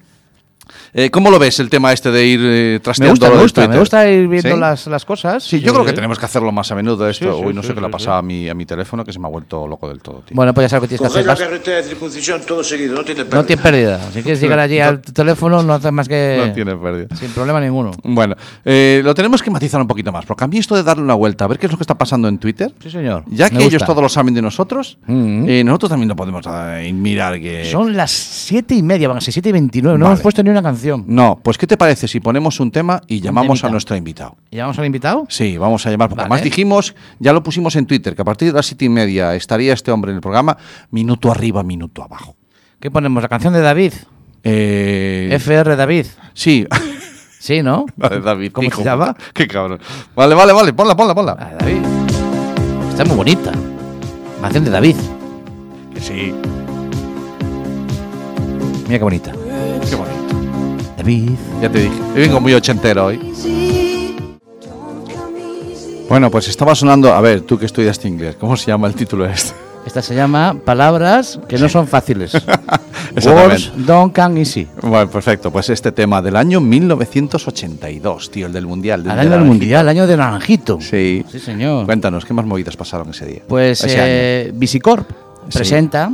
[SPEAKER 1] Eh, ¿Cómo lo ves el tema este de ir eh,
[SPEAKER 2] Me
[SPEAKER 1] trasteando
[SPEAKER 2] gusta,
[SPEAKER 1] lo
[SPEAKER 2] me
[SPEAKER 1] del
[SPEAKER 2] gusta, me
[SPEAKER 1] Twitter?
[SPEAKER 2] gusta ir viendo
[SPEAKER 1] ¿Sí?
[SPEAKER 2] las, las cosas.
[SPEAKER 1] Sí, yo creo que tenemos que hacerlo más a menudo esto.
[SPEAKER 2] Sí, sí,
[SPEAKER 1] Uy, no
[SPEAKER 2] sí,
[SPEAKER 1] sé qué le ha
[SPEAKER 2] sí,
[SPEAKER 1] pasado a, mi, a mi teléfono que se me ha vuelto loco del todo, tío.
[SPEAKER 2] Bueno, pues ya sabes lo que tienes
[SPEAKER 4] Coger
[SPEAKER 2] que
[SPEAKER 4] la
[SPEAKER 2] hacer. vas-
[SPEAKER 4] carretera de circuncisión todo seguido, no tiene
[SPEAKER 2] No tienes pérdida. Si quieres llegar allí al teléfono, no haces más que.
[SPEAKER 1] no tiene pérdida.
[SPEAKER 2] Sin problema ninguno.
[SPEAKER 1] Bueno, eh, lo tenemos que matizar un poquito más, porque a mí esto de darle una vuelta, a ver qué es lo que está pasando en Twitter,
[SPEAKER 2] Sí, señor.
[SPEAKER 1] ya
[SPEAKER 2] Me
[SPEAKER 1] que ellos
[SPEAKER 2] gusta.
[SPEAKER 1] todo lo saben de nosotros,
[SPEAKER 2] Mm.
[SPEAKER 1] eh, nosotros también lo podemos eh, mirar que...
[SPEAKER 2] Son las siete y media, van a ser siete y veintinueve. No
[SPEAKER 1] Vale.
[SPEAKER 2] hemos puesto ni una canción.
[SPEAKER 1] No, pues ¿qué te parece si ponemos un tema y llamamos a
[SPEAKER 2] temita.
[SPEAKER 1] nuestro invitado?
[SPEAKER 2] ¿Llamamos al invitado?
[SPEAKER 1] Sí, vamos a llamar, porque
[SPEAKER 2] Vale.
[SPEAKER 1] además dijimos, ya lo pusimos en Twitter, que a partir de las siete y media estaría este hombre en el programa, minuto arriba, minuto abajo.
[SPEAKER 2] ¿Qué ponemos? ¿La canción de David?
[SPEAKER 1] Eh,
[SPEAKER 2] FR David.
[SPEAKER 1] Sí,
[SPEAKER 2] Sí, ¿no?
[SPEAKER 1] La de David.
[SPEAKER 2] ¿Cómo
[SPEAKER 1] hijo.
[SPEAKER 2] se llama?
[SPEAKER 1] Qué cabrón. Vale, vale, vale, ponla, ponla, ponla.
[SPEAKER 2] Ah, David. Está muy bonita. Canción de David.
[SPEAKER 1] Que Sí,
[SPEAKER 2] Mira qué bonita.
[SPEAKER 1] qué bonito.
[SPEAKER 2] David.
[SPEAKER 1] Ya te dije, yo vengo muy ochentero hoy. Bueno, pues estaba sonando, a ver, tú que estudiaste inglés, ¿cómo se llama el título este?
[SPEAKER 2] Esta se llama Palabras que no son fáciles.
[SPEAKER 1] Exactamente.
[SPEAKER 2] Words don't come easy.
[SPEAKER 1] Bueno, perfecto. Pues este tema del año 1982, tío, el del Mundial.
[SPEAKER 2] Al
[SPEAKER 1] de
[SPEAKER 2] año
[SPEAKER 1] la
[SPEAKER 2] del
[SPEAKER 1] Argentina.
[SPEAKER 2] mundial, año de naranjito.
[SPEAKER 1] Sí.
[SPEAKER 2] Sí, señor.
[SPEAKER 1] Cuéntanos, ¿qué más movidas pasaron ese día?
[SPEAKER 2] Pues
[SPEAKER 1] Ese año.
[SPEAKER 2] eh, Visicorp
[SPEAKER 1] Sí.
[SPEAKER 2] presenta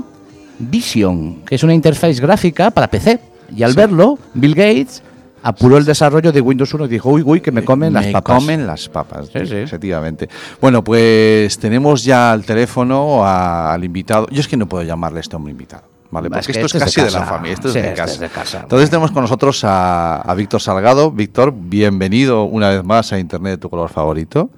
[SPEAKER 2] Vision, que es una interfaz gráfica para PC. Y al verlo, Bill Gates apuró el desarrollo de Windows 1 y dijo, uy, uy, que me comen las
[SPEAKER 1] Me
[SPEAKER 2] papas.
[SPEAKER 1] comen las papas,
[SPEAKER 2] Sí, sí.
[SPEAKER 1] efectivamente. Bueno, pues tenemos ya al teléfono a- al invitado. Yo es que no puedo llamarle a este hombre invitado, ¿vale?
[SPEAKER 2] Es
[SPEAKER 1] Porque
[SPEAKER 2] que
[SPEAKER 1] esto es
[SPEAKER 2] este es
[SPEAKER 1] casi
[SPEAKER 2] de
[SPEAKER 1] de la
[SPEAKER 2] casa.
[SPEAKER 1] familia, esto es
[SPEAKER 2] Sí,
[SPEAKER 1] de
[SPEAKER 2] este es
[SPEAKER 1] casa.
[SPEAKER 2] de casa.
[SPEAKER 1] Entonces tenemos con nosotros a, a Víctor Salgado. Víctor, bienvenido una vez más a Internet de tu color favorito.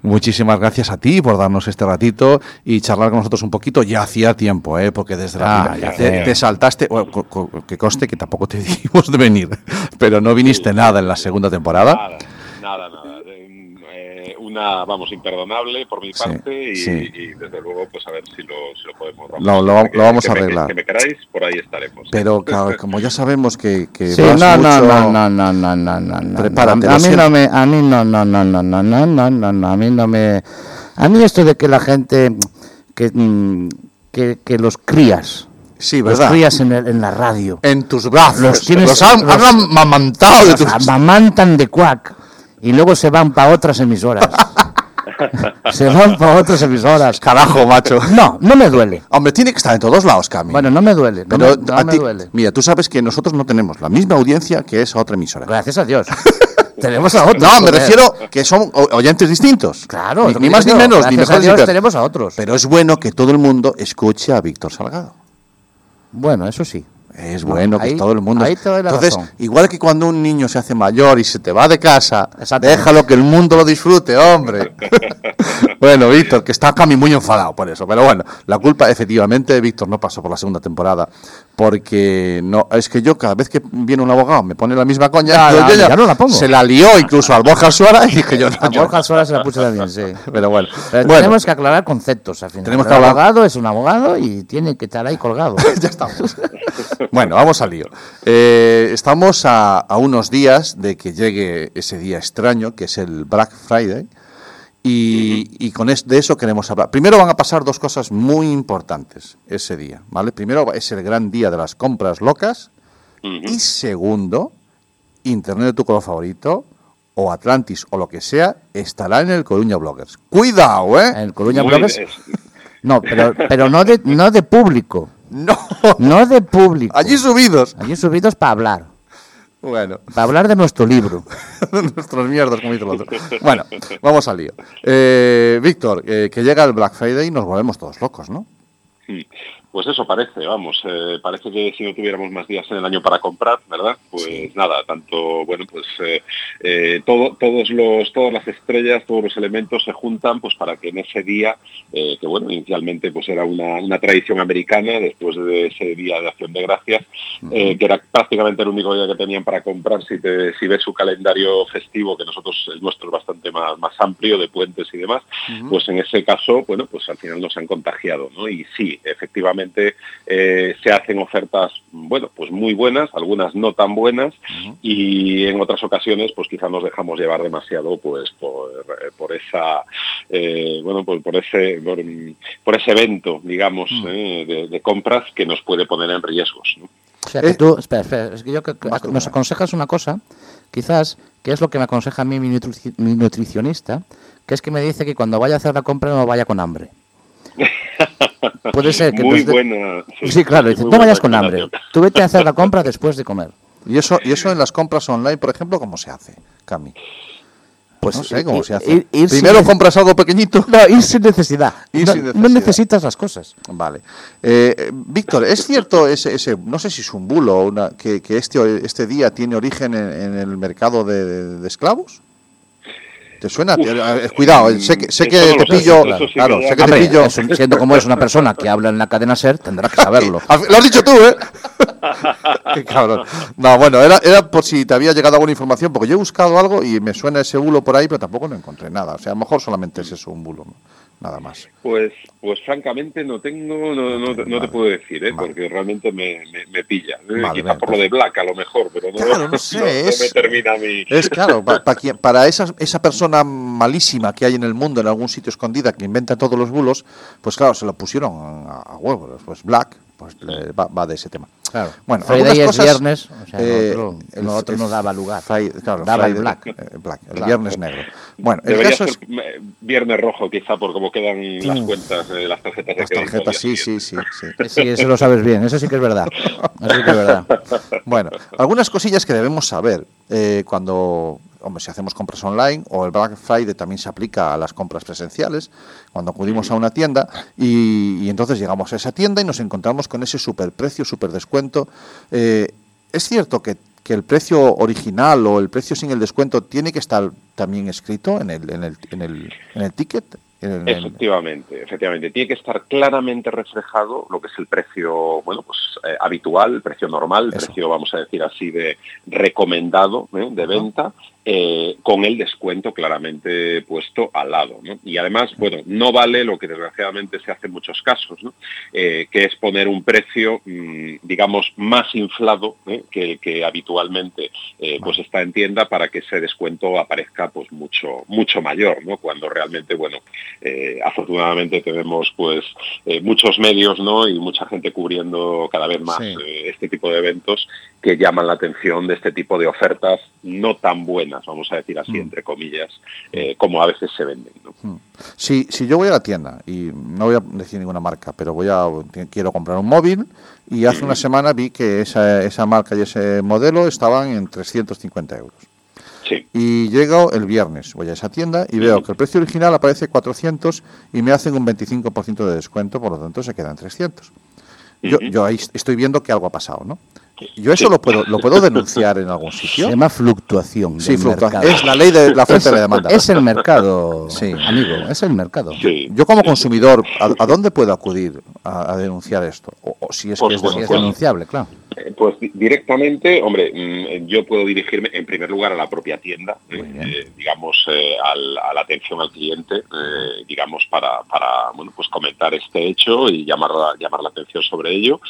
[SPEAKER 1] Muchísimas gracias a ti por darnos este ratito y charlar con nosotros un poquito. Ya hacía tiempo, ¿eh? porque desde la
[SPEAKER 2] Ah,
[SPEAKER 1] primera-
[SPEAKER 2] ya
[SPEAKER 1] te,
[SPEAKER 2] veo.
[SPEAKER 1] te saltaste, bueno, co- co- que conste que tampoco te dijimos de venir, pero no viniste nada en la segunda temporada.
[SPEAKER 8] Nada, nada, nada. Eh, una, vamos, imperdonable por mi
[SPEAKER 1] Sí,
[SPEAKER 8] parte y,
[SPEAKER 1] sí.
[SPEAKER 8] y desde luego, pues a ver si lo, si lo podemos
[SPEAKER 1] Lo- lo- lo
[SPEAKER 8] Que-
[SPEAKER 1] vamos
[SPEAKER 8] que
[SPEAKER 1] a
[SPEAKER 8] me-
[SPEAKER 1] arreglar.
[SPEAKER 8] que me queráis, por ahí estaremos.
[SPEAKER 1] Pero claro, como ya sabemos que, que
[SPEAKER 2] Sí,
[SPEAKER 1] vas
[SPEAKER 2] no, no,
[SPEAKER 1] mucho-
[SPEAKER 2] no, no, no, no, no, no, no.
[SPEAKER 1] Prepárate,
[SPEAKER 2] A,
[SPEAKER 1] lo
[SPEAKER 2] a mí
[SPEAKER 1] siento.
[SPEAKER 2] no me, a mí no, no, no, no, no, no, no, no, no, a mí no me, a mí esto de que la gente, que, mm, que, que los crías,
[SPEAKER 1] Sí,
[SPEAKER 2] los
[SPEAKER 1] ¿verdad?
[SPEAKER 2] crías en, el- en la radio,
[SPEAKER 1] En tus brazos.
[SPEAKER 2] Los
[SPEAKER 1] Los,
[SPEAKER 2] tienes-
[SPEAKER 1] han,
[SPEAKER 2] los-
[SPEAKER 1] han amamantado Ah, de
[SPEAKER 2] los
[SPEAKER 1] tus...
[SPEAKER 2] amamantan de cuac y luego se van para otras emisoras, se van para otras emisoras.
[SPEAKER 1] Carajo, macho.
[SPEAKER 2] No, no me duele.
[SPEAKER 1] Hombre, tiene que estar en todos lados, Cami.
[SPEAKER 2] Bueno, no me duele, no,
[SPEAKER 1] Pero
[SPEAKER 2] me, no
[SPEAKER 1] a
[SPEAKER 2] me
[SPEAKER 1] ti-
[SPEAKER 2] duele.
[SPEAKER 1] Mira, tú sabes que nosotros no tenemos la misma audiencia que esa otra emisora.
[SPEAKER 2] Gracias a Dios. Tenemos a otros.
[SPEAKER 1] No, me
[SPEAKER 2] joder.
[SPEAKER 1] refiero que son o- oyentes distintos.
[SPEAKER 2] Claro,
[SPEAKER 1] Ni,
[SPEAKER 2] lo
[SPEAKER 1] ni
[SPEAKER 2] que
[SPEAKER 1] más ni
[SPEAKER 2] digo yo,
[SPEAKER 1] menos, ni
[SPEAKER 2] gracias
[SPEAKER 1] mejores
[SPEAKER 2] a
[SPEAKER 1] ni
[SPEAKER 2] Dios
[SPEAKER 1] peores.
[SPEAKER 2] tenemos a otros.
[SPEAKER 1] Pero es bueno que todo el mundo escuche a Víctor Salgado.
[SPEAKER 2] Bueno, eso sí.
[SPEAKER 1] Es bueno que
[SPEAKER 2] Ahí-
[SPEAKER 1] todo el mundo.
[SPEAKER 2] ahí te doy la
[SPEAKER 1] Entonces,
[SPEAKER 2] razón.
[SPEAKER 1] igual que cuando un niño se hace mayor y se te va de casa,
[SPEAKER 2] Exactamente.
[SPEAKER 1] déjalo que el mundo lo disfrute, hombre. bueno, Víctor, que está Cami muy enfadado por eso, pero bueno, la culpa efectivamente Víctor no pasó por la segunda temporada, porque no es que yo cada vez que viene un abogado me pone la misma coña,
[SPEAKER 2] Ya,
[SPEAKER 1] yo
[SPEAKER 2] ya, ya no la pongo.
[SPEAKER 1] Se la lió incluso al Borja Suárez y dije yo no.
[SPEAKER 2] A
[SPEAKER 1] yo-
[SPEAKER 2] Borja Suárez se la puse también, sí.
[SPEAKER 1] Pero bueno,
[SPEAKER 2] Pero
[SPEAKER 1] bueno
[SPEAKER 2] tenemos que aclarar conceptos al final.
[SPEAKER 1] Tenemos
[SPEAKER 2] El
[SPEAKER 1] que hablar-
[SPEAKER 2] abogado es un abogado y tiene que estar ahí colgado.
[SPEAKER 1] ya estamos. bueno, vamos al lío. Eh, estamos a, a unos días de que llegue ese día extraño, que es el Black Friday. Y, y con es- de eso queremos hablar. Primero van a pasar dos cosas muy importantes ese día, ¿vale? Primero es el gran día de las compras locas y segundo, Internet de tu color favorito o Atlantis o lo que sea estará en el Coruña Bloggers. Cuidado, ¿eh?
[SPEAKER 2] En Coruña
[SPEAKER 8] Muy
[SPEAKER 2] Bloggers.
[SPEAKER 8] bien,
[SPEAKER 2] No, pero, pero no, de, no de público.
[SPEAKER 1] No,
[SPEAKER 2] No de público.
[SPEAKER 1] allí subidos.
[SPEAKER 2] Allí subidos para hablar.
[SPEAKER 1] Bueno.
[SPEAKER 2] Para hablar de nuestro libro.
[SPEAKER 1] Nuestros mierdas, como dice el otro. Bueno, vamos al lío. Eh, Víctor, eh, que llega el Black Friday y nos volvemos todos locos, ¿no?
[SPEAKER 8] Pues eso parece, vamos, eh, parece que si no tuviéramos más días en el año para comprar, ¿verdad? Pues nada, tanto, bueno, pues eh, eh, todo, todos los, todas las estrellas, todos los elementos se juntan pues para que en ese día, eh, que bueno, inicialmente pues era una, una tradición americana, después de ese día de acción de gracias, eh, que era prácticamente el único día que tenían para comprar, si, te- si ves su calendario festivo, que nosotros, el nuestro es bastante más, más amplio, de puentes y demás, pues en ese caso, bueno, pues al final nos han contagiado, ¿no? Y sí, efectivamente eh, se hacen ofertas, bueno, pues muy buenas, algunas no tan buenas, y en otras ocasiones, pues quizá nos dejamos llevar demasiado, pues por, eh, por esa, eh, bueno, pues por ese, por, mm, por ese evento, digamos, eh, de, de compras que nos puede poner en riesgos. ¿no?
[SPEAKER 2] O sea, que
[SPEAKER 1] Eh.
[SPEAKER 2] tú. Espera, espera. Es que yo creo que
[SPEAKER 1] Vas tú,
[SPEAKER 2] nos
[SPEAKER 1] vas.
[SPEAKER 2] aconsejas una cosa. Quizás, que es lo que me aconseja a mí mi, nutrici- mi nutricionista, que es que me dice que cuando vaya a hacer la compra no vaya con hambre. Puede ser que
[SPEAKER 8] muy
[SPEAKER 2] nos dé-
[SPEAKER 8] buena.
[SPEAKER 2] Sí, claro, dice, no
[SPEAKER 8] muy buena
[SPEAKER 2] vayas con hambre.
[SPEAKER 8] recomendación.
[SPEAKER 2] Tú vete a hacer la compra después de comer.
[SPEAKER 1] Y eso, y eso en las compras online, por ejemplo, ¿cómo se hace, Cami? Pues no sé cómo
[SPEAKER 2] i-
[SPEAKER 1] se hace.
[SPEAKER 2] i- eh, ir sin
[SPEAKER 1] Primero
[SPEAKER 2] nece-
[SPEAKER 1] compras algo pequeñito.
[SPEAKER 2] No, ir sin necesidad.
[SPEAKER 1] Ir
[SPEAKER 2] no,
[SPEAKER 1] sin
[SPEAKER 2] no
[SPEAKER 1] necesidad.
[SPEAKER 2] necesitas las cosas.
[SPEAKER 1] Vale. Eh, eh, Víctor, ¿es cierto ese, ese, no sé si es un bulo, o una, que, que este, este día tiene origen en, en el mercado de, de- de esclavos? ¿Te suena?
[SPEAKER 8] Uf,
[SPEAKER 1] Eh, Cuidado, eh, sé que, sé
[SPEAKER 8] eso
[SPEAKER 1] que
[SPEAKER 8] no
[SPEAKER 1] te
[SPEAKER 8] lo sé,
[SPEAKER 1] pillo.
[SPEAKER 8] eso sí que
[SPEAKER 1] Claro,
[SPEAKER 8] ya-
[SPEAKER 1] sé que te
[SPEAKER 2] Hombre,
[SPEAKER 1] pillo.
[SPEAKER 2] es un- siendo como es una persona que habla en la cadena SER, tendrá que saberlo.
[SPEAKER 1] Al fin- Lo has dicho tú, ¿eh? Qué cabrón. No, bueno, era, era por si te había llegado alguna información, porque yo he buscado algo y me suena ese bulo por ahí, pero tampoco no encontré nada. O sea, a lo mejor solamente es eso, un bulo. ¿no? nada más.
[SPEAKER 8] Pues, pues francamente no tengo, no, no, te- no
[SPEAKER 1] Vale.
[SPEAKER 8] te puedo decir, ¿eh?
[SPEAKER 1] Vale.
[SPEAKER 8] porque realmente me, me, me pilla.
[SPEAKER 1] Vale,
[SPEAKER 8] Eh, Quizá
[SPEAKER 1] vale, pues
[SPEAKER 8] por lo de Black a lo mejor, pero no,
[SPEAKER 1] Claro, no sé,
[SPEAKER 8] no- no me
[SPEAKER 1] es-
[SPEAKER 8] termina mi...
[SPEAKER 1] Es claro, pa- pa quien- para esa, esa persona malísima que hay en el mundo, en algún sitio escondida, que inventa todos los bulos, pues claro, se lo pusieron a, a huevo. Pues Black pues le va, va de ese tema.
[SPEAKER 2] Claro.
[SPEAKER 1] Bueno,
[SPEAKER 2] Friday
[SPEAKER 1] algunas
[SPEAKER 2] es
[SPEAKER 1] cosas,
[SPEAKER 2] viernes, o sea,
[SPEAKER 1] eh,
[SPEAKER 2] lo otro,
[SPEAKER 1] el-
[SPEAKER 2] lo otro no
[SPEAKER 1] el
[SPEAKER 2] daba lugar.
[SPEAKER 1] Fri- claro,
[SPEAKER 2] daba el
[SPEAKER 1] Friday-
[SPEAKER 2] black.
[SPEAKER 1] eh, black, el
[SPEAKER 2] Black.
[SPEAKER 1] viernes negro. Bueno, el
[SPEAKER 8] Debería
[SPEAKER 1] caso
[SPEAKER 8] ser
[SPEAKER 1] es
[SPEAKER 8] eh, Viernes Rojo, quizá, por cómo quedan las
[SPEAKER 1] Mm.
[SPEAKER 8] cuentas, eh, las tarjetas de
[SPEAKER 1] las
[SPEAKER 8] crédito.
[SPEAKER 1] tarjetas,
[SPEAKER 8] al
[SPEAKER 1] sí,
[SPEAKER 8] día
[SPEAKER 1] sí, sí, sí.
[SPEAKER 2] Sí, eso lo sabes bien, eso sí que es verdad. Eso sí que es verdad.
[SPEAKER 1] Bueno, algunas cosillas que debemos saber eh, cuando, hombre, si hacemos compras online o el Black Friday también se aplica a las compras presenciales, cuando acudimos a una tienda y, y entonces llegamos a esa tienda y nos encontramos con ese superprecio, superdescuento. Eh, es cierto que, que el precio original o el precio sin el descuento tiene que estar también escrito en el, en el, en el, en el ticket. en el-
[SPEAKER 8] Efectivamente, efectivamente. Tiene que estar claramente reflejado lo que es el precio, bueno, pues eh, habitual, el precio normal, el
[SPEAKER 1] Eso.
[SPEAKER 8] precio, vamos a decir así, de recomendado, ¿no? de venta, eh, con el descuento claramente puesto al lado. ¿no? Y además, bueno, no vale lo que desgraciadamente se hace en muchos casos, ¿no? Eh, que es poner un precio, mm, digamos, más inflado ¿eh? que el que habitualmente eh, pues está en tienda para que ese descuento aparezca pues mucho, mucho mayor, ¿no? Cuando realmente, bueno, eh, afortunadamente tenemos pues eh, muchos medios ¿no? y mucha gente cubriendo cada vez más
[SPEAKER 1] Sí.
[SPEAKER 8] eh, este tipo de eventos que llaman la atención de este tipo de ofertas no tan buenas, vamos a decir así,
[SPEAKER 1] Mm.
[SPEAKER 8] entre comillas, eh, como a veces se venden. ¿no?
[SPEAKER 1] Si, si yo voy a la tienda y no voy a decir ninguna marca, pero voy a quiero comprar un móvil y hace una semana vi que esa, esa marca y ese modelo estaban en 350 euros.
[SPEAKER 8] Sí.
[SPEAKER 1] Y llego el viernes, voy a esa tienda y veo que el precio original aparece 400 y me hacen un 25% de descuento, por lo tanto se quedan 300. Yo,
[SPEAKER 8] Ujú.
[SPEAKER 1] yo ahí estoy viendo que algo ha pasado, ¿no? Yo eso lo puedo lo puedo denunciar en algún
[SPEAKER 2] Se
[SPEAKER 1] sitio.
[SPEAKER 2] llama fluctuación.
[SPEAKER 1] Sí,
[SPEAKER 2] del
[SPEAKER 1] fluctua-
[SPEAKER 2] mercado.
[SPEAKER 1] es la ley de la oferta y la demanda.
[SPEAKER 2] Es el mercado,
[SPEAKER 1] Sí.
[SPEAKER 2] amigo, es el mercado.
[SPEAKER 8] Sí.
[SPEAKER 1] Yo como consumidor, ¿a, a dónde puedo acudir a, a denunciar esto? O, o si es que
[SPEAKER 8] Pues,
[SPEAKER 1] es
[SPEAKER 8] pues,
[SPEAKER 2] Sí, es
[SPEAKER 1] denunciable.
[SPEAKER 2] denunciable, claro.
[SPEAKER 8] Eh, Pues di- directamente, hombre, mm, yo puedo dirigirme en primer lugar a la propia tienda, eh, eh, digamos, eh, al- a la atención al cliente, eh, digamos, para, para, bueno, pues comentar este hecho y llamar, la- llamar la atención sobre ello.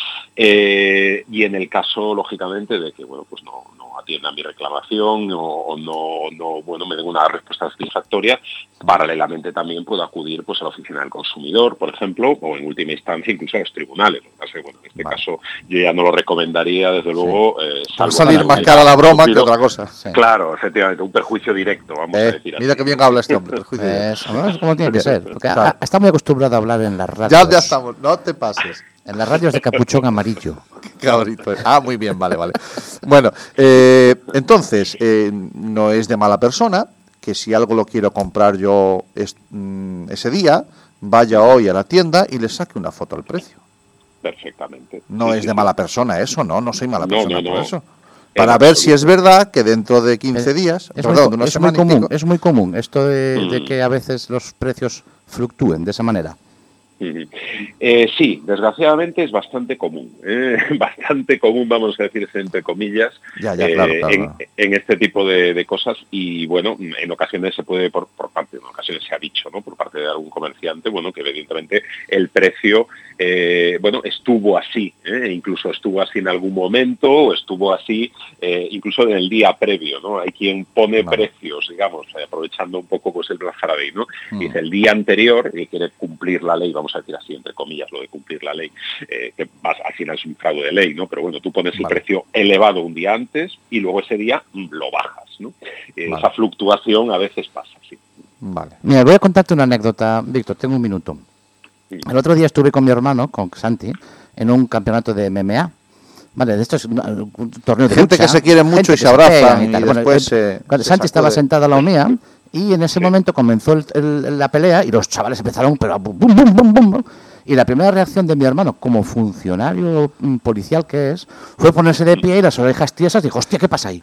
[SPEAKER 8] Eh, y en el caso, lógicamente, de que, bueno, pues no, no atienda mi reclamación o, o no, no, bueno, me den una respuesta satisfactoria, paralelamente también puedo acudir pues a la oficina del consumidor, por ejemplo, o en última instancia incluso a los tribunales. Lo que pasa es que, bueno, en este
[SPEAKER 1] Vale.
[SPEAKER 8] caso yo ya no lo recomendaría, desde luego, eh,
[SPEAKER 1] Va a
[SPEAKER 8] salvo
[SPEAKER 1] salir
[SPEAKER 8] para
[SPEAKER 1] más
[SPEAKER 8] algún-
[SPEAKER 1] cara la broma que
[SPEAKER 8] Pero-
[SPEAKER 1] otra cosa.
[SPEAKER 2] Sí.
[SPEAKER 8] Claro, efectivamente, un perjuicio directo, vamos a
[SPEAKER 1] Eh,
[SPEAKER 8] decir así.
[SPEAKER 1] mira que bien habla este hombre. perjuicio de-
[SPEAKER 2] Eso, ¿no? Es como tiene que ser. Porque
[SPEAKER 1] Claro.
[SPEAKER 2] a- a- está muy acostumbrado a hablar en las radios.
[SPEAKER 1] Ya, ya estamos, no te pases.
[SPEAKER 2] En las radios de capuchón amarillo.
[SPEAKER 1] Qué cabrito. Ah, muy bien, vale, vale. Bueno, eh, entonces, eh, no es de mala persona que si algo lo quiero comprar yo es- mm, ese día, vaya hoy a la tienda y le saque una foto al precio.
[SPEAKER 8] Perfectamente.
[SPEAKER 1] No
[SPEAKER 8] Sí,
[SPEAKER 1] es
[SPEAKER 8] sí,
[SPEAKER 1] de
[SPEAKER 8] sí.
[SPEAKER 1] mala persona eso, ¿no? No soy mala
[SPEAKER 8] No,
[SPEAKER 1] persona
[SPEAKER 8] no, no.
[SPEAKER 1] por eso.
[SPEAKER 8] En
[SPEAKER 1] Para ver si es verdad que dentro de 15
[SPEAKER 2] Es-
[SPEAKER 1] días,
[SPEAKER 2] Es,
[SPEAKER 1] perdón, de
[SPEAKER 2] muy, co-
[SPEAKER 1] una
[SPEAKER 2] es muy
[SPEAKER 1] semana y
[SPEAKER 2] común,
[SPEAKER 1] pico-
[SPEAKER 2] es muy común esto de, de
[SPEAKER 8] Mm.
[SPEAKER 2] que a veces los precios fluctúen de esa manera.
[SPEAKER 8] Ujú. Eh, sí, desgraciadamente es bastante común, ¿eh? bastante común, vamos a decir, entre comillas,
[SPEAKER 1] Ya, ya,
[SPEAKER 8] eh,
[SPEAKER 1] claro, claro,
[SPEAKER 8] en,
[SPEAKER 1] claro.
[SPEAKER 8] en este tipo de, de cosas y bueno, en ocasiones se puede, por, por parte, en ocasiones se ha dicho, ¿no? Por parte de algún comerciante, bueno, que evidentemente el precio, eh, bueno, estuvo así, ¿eh? incluso estuvo así en algún momento o estuvo así eh, incluso en el día previo, ¿no? Hay quien pone
[SPEAKER 1] Vale.
[SPEAKER 8] precios, digamos, eh, aprovechando un poco pues el Black Friday, ¿no?
[SPEAKER 1] Mm.
[SPEAKER 8] Dice el día anterior y quiere cumplir la ley, vamos a decir así, entre comillas, lo de cumplir la ley, eh, que vas, al final es un fraude de ley, ¿no? Pero bueno, tú pones el
[SPEAKER 1] Vale.
[SPEAKER 8] precio elevado un día antes y luego ese día mm, lo bajas, ¿no? Eh,
[SPEAKER 1] Vale.
[SPEAKER 8] Esa fluctuación a veces pasa, sí.
[SPEAKER 1] Mm, Vale.
[SPEAKER 2] Mira, voy a contarte una anécdota, Víctor, tengo un minuto.
[SPEAKER 8] Sí.
[SPEAKER 2] El otro día estuve con mi hermano, con Santi, en un campeonato de MMA. Vale, de estos un, un torneo de
[SPEAKER 1] Gente
[SPEAKER 2] lucha,
[SPEAKER 1] que se quiere mucho
[SPEAKER 2] gente
[SPEAKER 1] y
[SPEAKER 2] que
[SPEAKER 1] se abrazan
[SPEAKER 2] pegan
[SPEAKER 1] y
[SPEAKER 2] tal.
[SPEAKER 1] después
[SPEAKER 2] eh,
[SPEAKER 1] se-
[SPEAKER 2] claro,
[SPEAKER 1] se
[SPEAKER 2] Santi estaba
[SPEAKER 1] sacude.
[SPEAKER 2] sentada a la mía y en ese momento comenzó el- el- la pelea y los chavales empezaron pero a bum, bum, bum, bum, bum. y la primera reacción de mi hermano como funcionario mm, policial que es fue ponerse
[SPEAKER 1] Mm.
[SPEAKER 2] de pie y las orejas tiesas dijo, "Hostia, ¿qué pasa ahí?"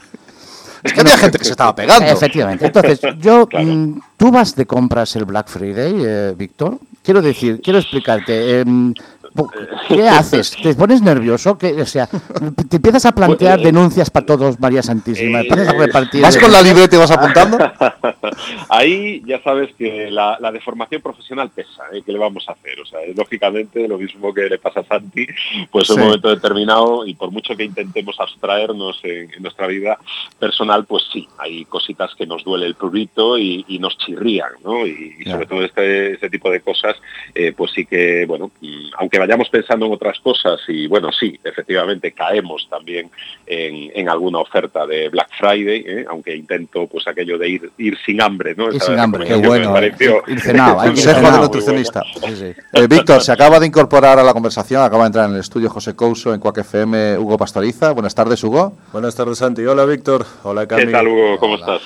[SPEAKER 1] Es que había gente que se estaba pegando.
[SPEAKER 2] Efectivamente. Entonces, yo,
[SPEAKER 8] Claro.
[SPEAKER 2] mm, tú vas de compras el Black Friday, eh, Víctor. Quiero decir, quiero explicarte. em,
[SPEAKER 7] ¿Qué haces? ¿Te pones nervioso? ¿Qué- o sea, te empiezas a plantear
[SPEAKER 8] Pues, eh,
[SPEAKER 7] denuncias para todos, María Santísima.
[SPEAKER 8] eh,
[SPEAKER 7] Empiezas a repartir.
[SPEAKER 1] ¿Vas con la libreta y vas apuntando?
[SPEAKER 8] Ahí ya sabes que la, la deformación profesional pesa, ¿eh? ¿qué le vamos a hacer? O sea, es lógicamente lo mismo que le pasa a Santi, pues en
[SPEAKER 1] Sí.
[SPEAKER 8] un momento determinado, y por mucho que intentemos abstraernos en, en nuestra vida personal, pues sí, hay cositas que nos duele el prurito y, y nos chirrían, ¿no? Y, y
[SPEAKER 1] Ya.
[SPEAKER 8] sobre todo este, este tipo de cosas, eh, pues sí que, bueno, y aunque vayamos pensando en otras cosas, y bueno, sí, efectivamente caemos también en, en alguna oferta de Black Friday, ¿eh? aunque intento pues aquello de ir, ir sin hambre, ¿no?
[SPEAKER 7] Ir
[SPEAKER 8] Esa
[SPEAKER 7] sin hambre, qué
[SPEAKER 8] recomendación que me
[SPEAKER 7] bueno, eh.
[SPEAKER 8] pareció-
[SPEAKER 7] Ir cenado, hay que ir
[SPEAKER 1] Consejo
[SPEAKER 7] cenado.
[SPEAKER 1] del
[SPEAKER 8] Muy
[SPEAKER 1] nutricionista.
[SPEAKER 7] Sí, sí.
[SPEAKER 1] Eh, Víctor, se acaba de incorporar a la conversación, acaba de entrar en el estudio José Couso en Cuac FM, Hugo Pastoriza. Buenas tardes, Hugo,
[SPEAKER 9] Buenas tardes, Santi. Hola, Víctor. Hola,
[SPEAKER 8] ¿Qué
[SPEAKER 9] Cami.
[SPEAKER 8] tal, Hugo? ¿Cómo estás?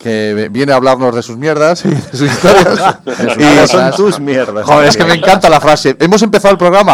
[SPEAKER 1] que viene a hablarnos de sus mierdas y de sus historias.
[SPEAKER 9] Ahora
[SPEAKER 1] y
[SPEAKER 9] son tus mierdas.
[SPEAKER 1] Joder, es que me
[SPEAKER 9] también.
[SPEAKER 1] encanta la frase. Hemos empezado el programa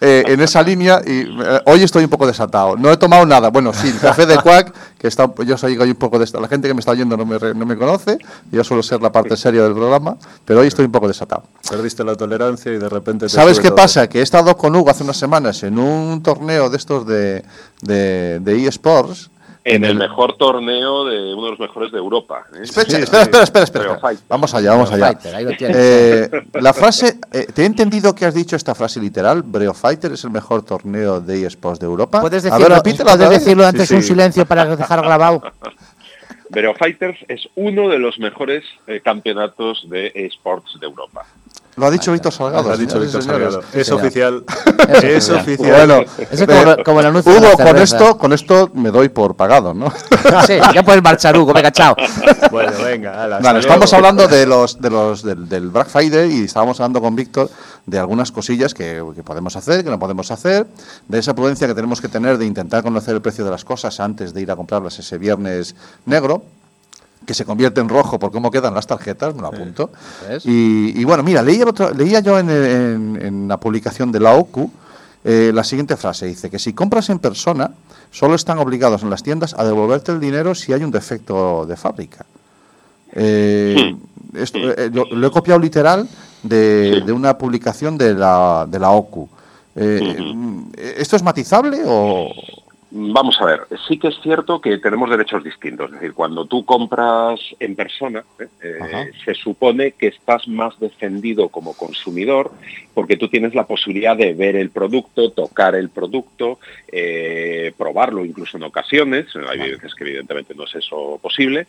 [SPEAKER 1] eh, en esa línea y eh, hoy estoy un poco desatado. No he tomado nada. Bueno, sí, el café de Cuac, que está, yo soy hoy un poco desatado. La gente que me está oyendo no me, re- no me conoce. Yo suelo ser la parte seria del programa, pero hoy estoy un poco desatado.
[SPEAKER 9] Perdiste la tolerancia y de repente. te
[SPEAKER 1] ¿Sabes
[SPEAKER 9] sube
[SPEAKER 1] qué
[SPEAKER 9] todo.
[SPEAKER 1] pasa? Que he estado con Hugo hace unas semanas en un torneo de estos de, de, de eSports.
[SPEAKER 8] En el mejor torneo de uno de los mejores de Europa. ¿eh?
[SPEAKER 1] Espera,
[SPEAKER 8] Sí,
[SPEAKER 1] espera,
[SPEAKER 8] sí.
[SPEAKER 1] espera, espera, espera.
[SPEAKER 8] Pero fight.
[SPEAKER 1] Vamos allá, vamos allá.
[SPEAKER 7] Fighter, ahí lo tienes.
[SPEAKER 1] Eh, la frase, eh, ¿te he entendido que has dicho esta frase literal? Breo Fighter es el mejor torneo de eSports de Europa.
[SPEAKER 7] ¿Puedes
[SPEAKER 1] A
[SPEAKER 7] decirlo,
[SPEAKER 1] ver, repítela otra
[SPEAKER 7] ¿puedes
[SPEAKER 1] vez.
[SPEAKER 7] decirlo antes
[SPEAKER 9] Sí,
[SPEAKER 7] un
[SPEAKER 9] sí.
[SPEAKER 7] silencio para dejar grabado?
[SPEAKER 8] Pero Fighters es uno de los mejores eh, campeonatos de esports de Europa.
[SPEAKER 1] Lo ha dicho Víctor Salgado.
[SPEAKER 9] Lo ha dicho
[SPEAKER 1] señores y
[SPEAKER 9] Víctor
[SPEAKER 1] señores.
[SPEAKER 9] Salgado. Es
[SPEAKER 7] señor.
[SPEAKER 9] oficial.
[SPEAKER 7] Es
[SPEAKER 9] Es
[SPEAKER 7] oficial.
[SPEAKER 9] oficial.
[SPEAKER 1] Bueno,
[SPEAKER 7] Eso es como,
[SPEAKER 1] eh,
[SPEAKER 7] lo- como el anuncio de
[SPEAKER 1] Hugo,
[SPEAKER 7] la
[SPEAKER 1] con
[SPEAKER 7] cerveza.
[SPEAKER 1] esto, con esto me doy por pagado, ¿no?
[SPEAKER 7] Sí, ya puedes marchar, Hugo. Venga, chao.
[SPEAKER 9] Bueno, venga. ala, hasta
[SPEAKER 1] Vale, estamos
[SPEAKER 9] luego.
[SPEAKER 1] hablando de los, de los, del, del Black Friday y estábamos hablando con Víctor de algunas cosillas que, que podemos hacer, que no podemos hacer, de esa prudencia que tenemos que tener de intentar conocer el precio de las cosas antes de ir a comprarlas ese viernes negro, que se convierte en rojo por cómo quedan las tarjetas, me lo apunto. Y, y bueno, mira, leía, el otro- leía yo en, en- en la publicación de la OCU eh, la siguiente frase, dice que si compras en persona, solo están obligados en las tiendas a devolverte el dinero si hay un defecto de fábrica. Eh, esto, eh, lo, lo he copiado literal de, de una publicación de la, de la OCU. Eh, ¿Esto es matizable o...?
[SPEAKER 8] Vamos a ver, sí que es cierto que tenemos derechos distintos. Es decir, cuando tú compras en persona, ¿eh? Eh,
[SPEAKER 1] Ajá.
[SPEAKER 8] se supone que estás más defendido como consumidor porque tú tienes la posibilidad de ver el producto, tocar el producto, eh, probarlo incluso en ocasiones. Hay veces que evidentemente no es eso posible.